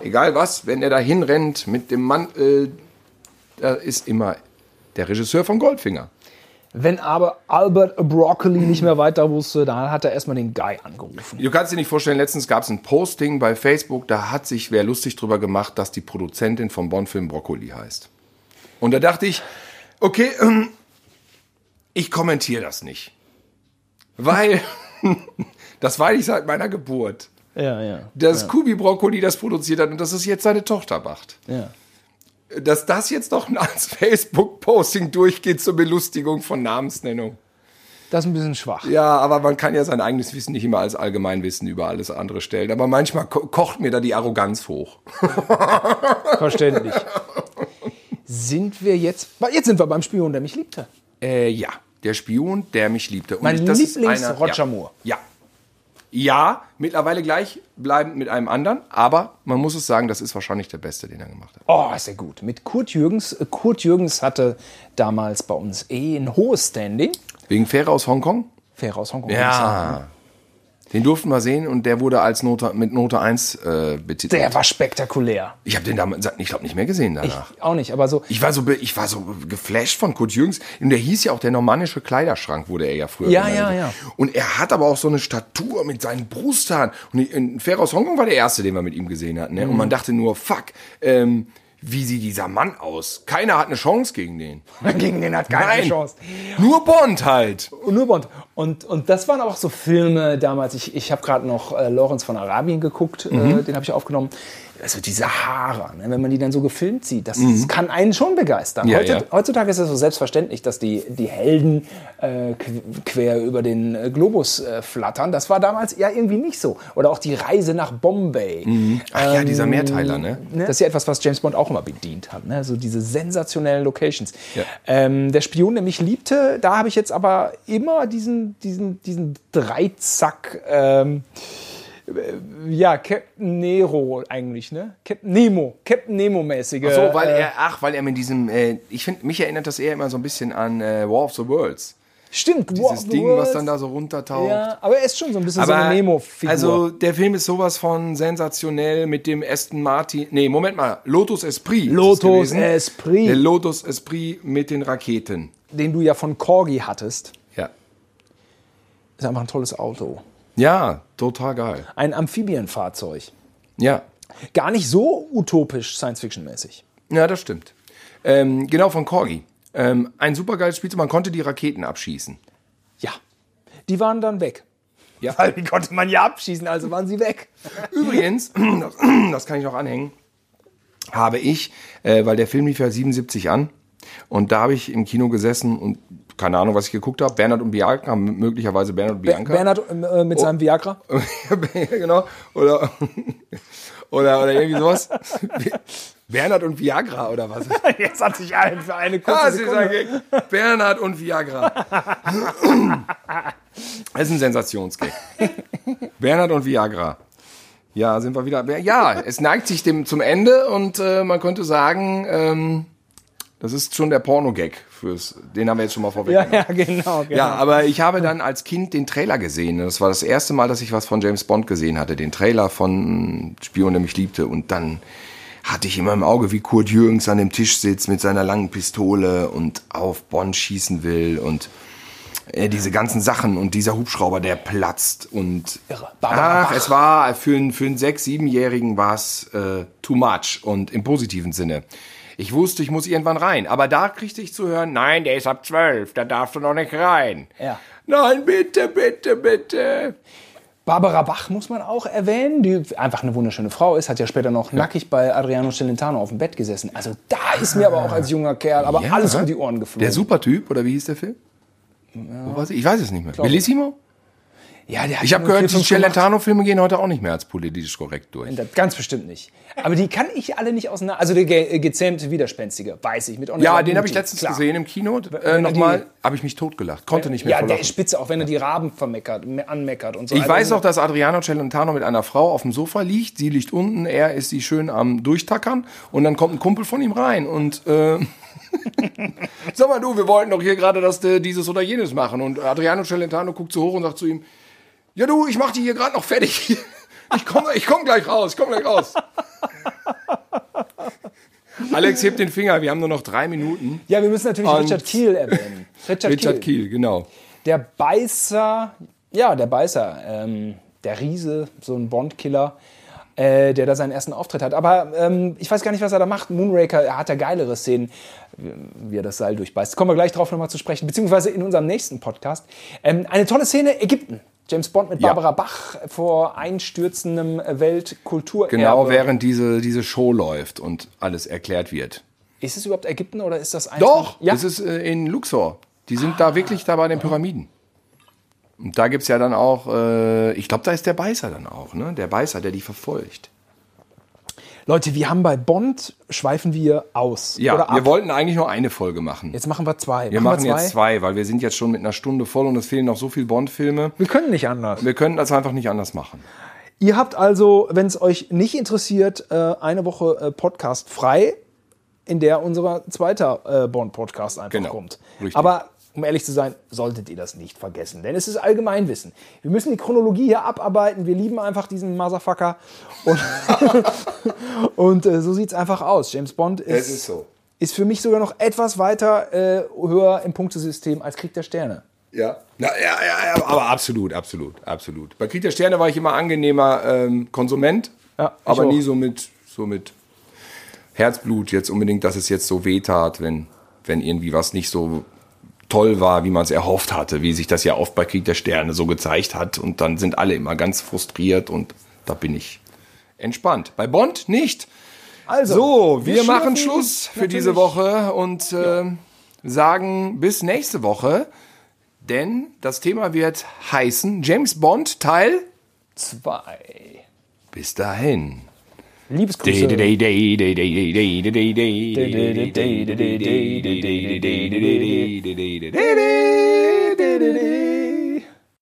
[SPEAKER 1] Egal was, wenn er da hinrennt mit dem Mantel, da ist immer der Regisseur von Goldfinger.
[SPEAKER 2] Wenn aber Albert Broccoli nicht mehr weiter wusste, dann hat er erstmal den Guy angerufen.
[SPEAKER 1] Du kannst dir nicht vorstellen, letztens gab es ein Posting bei Facebook, da hat sich wer lustig drüber gemacht, dass die Produzentin vom Bonn-Film Broccoli heißt. Und da dachte ich, okay, ähm, ich kommentiere das nicht. Weil, [LAUGHS] das weiß ich seit meiner Geburt,
[SPEAKER 2] Ja, ja.
[SPEAKER 1] dass Kubi Broccoli das produziert hat und dass es jetzt seine Tochter macht.
[SPEAKER 2] ja.
[SPEAKER 1] Dass das jetzt noch [LAUGHS] als Facebook-Posting durchgeht zur Belustigung von Namensnennung.
[SPEAKER 2] Das ist ein bisschen schwach.
[SPEAKER 1] Ja, aber man kann ja sein eigenes Wissen nicht immer als Allgemeinwissen über alles andere stellen. Aber manchmal ko kocht mir da die Arroganz hoch.
[SPEAKER 2] [LAUGHS] Verständlich. Sind wir jetzt. bei- Jetzt sind wir beim Spion, der mich liebte.
[SPEAKER 1] Äh, ja, der Spion, der mich liebte. Und
[SPEAKER 2] Mein
[SPEAKER 1] das ist
[SPEAKER 2] Lieblings-
[SPEAKER 1] einer-
[SPEAKER 2] Roger
[SPEAKER 1] ja,
[SPEAKER 2] Moore.
[SPEAKER 1] Ja. Ja, mittlerweile gleichbleibend mit einem anderen, aber man muss es sagen, das ist wahrscheinlich der beste, den er gemacht hat.
[SPEAKER 2] Oh, ist ja gut. Mit Kurt Jürgens. äh, Kurt Jürgens hatte damals bei uns eh ein hohes Standing.
[SPEAKER 1] Wegen Fähre aus Hongkong?
[SPEAKER 2] Fair aus Hongkong.
[SPEAKER 1] ne? Den durften wir sehen und der wurde als Note, mit Note 1 äh, betitelt.
[SPEAKER 2] Der war spektakulär.
[SPEAKER 1] ich habe den damals, ich glaube, nicht mehr gesehen danach.
[SPEAKER 2] Ich auch nicht, aber so.
[SPEAKER 1] Ich war so, be- ich war so geflasht von Kurt Jürgens. Und der hieß ja auch der normannische Kleiderschrank, wurde er ja früher.
[SPEAKER 2] Ja,
[SPEAKER 1] genannt.
[SPEAKER 2] ja, ja.
[SPEAKER 1] Und er hat aber auch so eine Statur mit seinen Brusthaaren. Und ich- in Fair aus Hongkong war der erste, den wir mit ihm gesehen hatten. Ne? Und
[SPEAKER 2] Mhm.
[SPEAKER 1] man dachte nur, fuck, ähm, wie sieht dieser Mann aus?
[SPEAKER 2] [LAUGHS]
[SPEAKER 1] Keiner hat eine Chance gegen den.
[SPEAKER 2] Gegen den hat keiner eine Chance.
[SPEAKER 1] Nur Bond halt.
[SPEAKER 2] Und nur Bond. Und, und das waren auch so Filme damals. Ich, ich habe gerade noch äh, Lawrence von Arabien geguckt,
[SPEAKER 1] Mhm.
[SPEAKER 2] äh, den habe ich aufgenommen. Also diese Haare, ne, wenn man die dann so gefilmt sieht, das ist- kann einen schon begeistern.
[SPEAKER 1] Mhm. Ja,
[SPEAKER 2] Heute,
[SPEAKER 1] ja.
[SPEAKER 2] Heutzutage ist es so selbstverständlich, dass die, die Helden äh, qu- quer über den äh, Globus äh, flattern. Das war damals ja irgendwie nicht so. Oder auch die Reise nach Bombay.
[SPEAKER 1] Ach ja,
[SPEAKER 2] Ähm,
[SPEAKER 1] dieser Mehrteiler, ne?
[SPEAKER 2] Ne? Das ist ja etwas, was James Bond auch immer bedient hat. Ne? So diese sensationellen Locations.
[SPEAKER 1] Ja.
[SPEAKER 2] Ähm, der Spion, der mich liebte, da habe ich jetzt aber immer diesen, diesen, diesen Dreizack. Ähm, äh, ja, Captain Nero eigentlich, ne? Captain Nemo, Captain Nemo-mäßige.
[SPEAKER 1] Ach so, weil
[SPEAKER 2] äh,
[SPEAKER 1] er, ach, weil er mit diesem, äh, ich finde, mich erinnert das eher immer so ein bisschen an äh, War of the Worlds.
[SPEAKER 2] Stimmt, War of
[SPEAKER 1] Dieses
[SPEAKER 2] the
[SPEAKER 1] Ding, was
[SPEAKER 2] Worlds.
[SPEAKER 1] dann da so runtertaucht.
[SPEAKER 2] Ja, aber er ist schon so ein bisschen so eine Nemo-Figur.
[SPEAKER 1] also der Film ist sowas von sensationell mit dem Aston Martin. Nee, Moment mal, Lotus Esprit. ist es
[SPEAKER 2] Lotus
[SPEAKER 1] gewesen.
[SPEAKER 2] Esprit.
[SPEAKER 1] Der Lotus Esprit mit den Raketen.
[SPEAKER 2] den du ja von Corgi hattest.
[SPEAKER 1] Ja.
[SPEAKER 2] Ist einfach ein tolles Auto.
[SPEAKER 1] Ja, total geil.
[SPEAKER 2] Ein Amphibienfahrzeug.
[SPEAKER 1] Ja.
[SPEAKER 2] Gar nicht so utopisch Science-Fiction-mäßig.
[SPEAKER 1] Ja, das stimmt. Ähm, genau, von Corgi. Ähm, ein supergeiles Spielzeug, man konnte die Raketen abschießen.
[SPEAKER 2] Ja. Die waren dann weg.
[SPEAKER 1] Ja.
[SPEAKER 2] Weil die konnte man ja halt. abschießen, also waren sie weg.
[SPEAKER 1] Übrigens, [CLEARS THROAT] das, das kann ich noch anhängen, habe ich, äh, weil der Film lief ja 77 an und da habe ich im Kino gesessen und keine Ahnung, was ich geguckt habe. Bernhard und Bianca, möglicherweise Bernhard und Bianca. Oh.
[SPEAKER 2] Bernhard äh, mit seinem Viagra.
[SPEAKER 1] [LAUGHS] genau. Oder, [LAUGHS] oder, oder irgendwie sowas. Bernhard und Viagra oder was?
[SPEAKER 2] Jetzt hat sich allen für eine kurze
[SPEAKER 1] Ah, sie
[SPEAKER 2] Sekunde.
[SPEAKER 1] sagen Bernhard und Viagra. Das ist ein Sensationsgag. Bernhard und Viagra. Ja, sind wir wieder. Ja, es neigt sich dem zum Ende und äh, man könnte sagen, ähm, das ist schon der Porno-Gag fürs. Den haben wir jetzt schon mal vorweg.
[SPEAKER 2] ja, ja, genau. genau.
[SPEAKER 1] Ja, aber ich habe dann als Kind den Trailer gesehen. Das war das erste Mal, dass ich was von James Bond gesehen hatte. Den Trailer von Spion, der mich liebte. Und dann hatte ich immer im Auge, wie Kurt Jürgens an dem Tisch sitzt mit seiner langen Pistole und auf Bond schießen will und äh, diese ganzen Sachen und dieser Hubschrauber, der platzt und
[SPEAKER 2] Irre. Barbara
[SPEAKER 1] ach,
[SPEAKER 2] Bach.
[SPEAKER 1] es war für einen, für einen sechs-, siebenjährigen war es äh, too much und im positiven Sinne. Ich wusste, ich muss irgendwann rein, aber da kriegte ich zu hören, nein, der ist ab zwölf, da darfst du noch nicht rein.
[SPEAKER 2] Ja.
[SPEAKER 1] Nein, bitte, bitte, bitte.
[SPEAKER 2] Barbara Bach muss man auch erwähnen, die einfach eine wunderschöne Frau ist, hat ja später noch nackig bei Adriano Celentano auf dem Bett gesessen. Also da ist mir aber auch als junger Kerl aber
[SPEAKER 1] Ja.
[SPEAKER 2] alles um die Ohren
[SPEAKER 1] Der
[SPEAKER 2] geflogen.
[SPEAKER 1] Supertyp, oder wie hieß der Film? Wo war's? Ich weiß es nicht mehr. Bellissimo?
[SPEAKER 2] ja, der hat
[SPEAKER 1] Ich habe
[SPEAKER 2] nur
[SPEAKER 1] gehört,
[SPEAKER 2] vier,
[SPEAKER 1] die
[SPEAKER 2] fünf gemacht.
[SPEAKER 1] Celentano-Filme gehen heute auch nicht mehr als politisch korrekt durch.
[SPEAKER 2] Das ganz bestimmt nicht. Aber die kann ich alle nicht auseinander. Also der ge gezähmte Widerspenstige, weiß ich. Mit Ornella
[SPEAKER 1] Ja, den habe ich
[SPEAKER 2] Muti,
[SPEAKER 1] letztens
[SPEAKER 2] klar.
[SPEAKER 1] gesehen im Kino.
[SPEAKER 2] er
[SPEAKER 1] Äh, Nochmal, habe ich mich totgelacht. Konnte nicht mehr
[SPEAKER 2] Ja,
[SPEAKER 1] vor
[SPEAKER 2] der
[SPEAKER 1] Lachen.
[SPEAKER 2] ist spitze, auch wenn er die Raben vermeckert, me- anmeckert und so.
[SPEAKER 1] Ich
[SPEAKER 2] Also,
[SPEAKER 1] weiß noch, dass Adriano Celentano mit einer Frau auf dem Sofa liegt. Sie liegt unten, er ist sie schön am Durchtackern. Und dann kommt ein Kumpel von ihm rein und. Äh, [LAUGHS] Sag mal du, wir wollten doch hier gerade das, äh, dieses oder jenes machen. Und Adriano Celentano guckt zu hoch und sagt zu ihm: Ja, du, ich mach die hier gerade noch fertig. [LAUGHS] Ich komme ich komm gleich raus, ich komm gleich raus. [LAUGHS] Alex hebt den Finger, wir haben nur noch drei Minuten.
[SPEAKER 2] Ja, wir müssen natürlich
[SPEAKER 1] Und-
[SPEAKER 2] Richard
[SPEAKER 1] [LAUGHS]
[SPEAKER 2] Kiel erwähnen. Richard,
[SPEAKER 1] Richard
[SPEAKER 2] Kiel.
[SPEAKER 1] Kiel, genau.
[SPEAKER 2] Der Beißer, ja, der Beißer, ähm, der Riese, so ein Bond-Killer, äh, der da seinen ersten Auftritt hat. Aber ähm, ich weiß gar nicht, was er da macht. Moonraker, er hat da geilere Szenen, wie er das Seil durchbeißt. Kommen wir gleich drauf nochmal zu sprechen, beziehungsweise in unserem nächsten Podcast. Ähm, eine tolle Szene, Ägypten. James Bond mit
[SPEAKER 1] Ja.
[SPEAKER 2] Barbara Bach vor einstürzendem Weltkulturerbe.
[SPEAKER 1] Genau, während diese, diese Show läuft und alles erklärt wird.
[SPEAKER 2] Ist es überhaupt Ägypten oder ist das ein...
[SPEAKER 1] Doch,
[SPEAKER 2] Ja.
[SPEAKER 1] das ist äh, in Luxor. Die sind da wirklich da bei den Pyramiden. Und da gibt es ja dann auch, äh, ich glaube, da ist der Beißer dann auch, ne? Der Beißer, der die verfolgt.
[SPEAKER 2] Leute, wir haben bei Bond, schweifen wir aus.
[SPEAKER 1] Ja,
[SPEAKER 2] oder ab.
[SPEAKER 1] wir wollten eigentlich nur eine Folge machen.
[SPEAKER 2] Jetzt machen wir zwei.
[SPEAKER 1] wir machen jetzt zwei, weil wir sind jetzt schon mit einer Stunde voll und es fehlen noch so viele Bond-Filme.
[SPEAKER 2] Wir können nicht anders.
[SPEAKER 1] Wir können das einfach nicht anders machen.
[SPEAKER 2] Ihr habt also, wenn es euch nicht interessiert, äh, eine Woche äh, Podcast frei, in der unser zweiter äh, Bond-Podcast einfach
[SPEAKER 1] Genau,
[SPEAKER 2] kommt.
[SPEAKER 1] richtig.
[SPEAKER 2] Aber um ehrlich zu sein, solltet ihr das nicht vergessen, denn es ist Allgemeinwissen. Wir müssen die Chronologie hier abarbeiten. Wir lieben einfach diesen Motherfucker. Und, [LAUGHS] und äh, so sieht's einfach aus. James Bond ist,
[SPEAKER 1] ist so.
[SPEAKER 2] ist für mich sogar noch etwas weiter äh, höher im Punktesystem als Krieg der Sterne.
[SPEAKER 1] Ja. Na, ja, ja, ja, aber absolut, absolut, absolut. Bei Krieg der Sterne war ich immer angenehmer ähm, Konsument,
[SPEAKER 2] Ja, ich
[SPEAKER 1] aber
[SPEAKER 2] auch.
[SPEAKER 1] nie so mit, so mit Herzblut jetzt unbedingt, dass es jetzt so wehtat, wenn, wenn irgendwie was nicht so toll war, wie man es erhofft hatte, wie sich das ja oft bei Krieg der Sterne so gezeigt hat. Und dann sind alle immer ganz frustriert und da bin ich entspannt. Bei Bond nicht.
[SPEAKER 2] Also,
[SPEAKER 1] So, wir, machen
[SPEAKER 2] schlürfen
[SPEAKER 1] Schluss für
[SPEAKER 2] natürlich-
[SPEAKER 1] diese Woche und ähm, sagen bis nächste Woche, denn das Thema wird heißen James Bond Teil.
[SPEAKER 2] Zwei.
[SPEAKER 1] Bis dahin.
[SPEAKER 2] Liebesgrüße.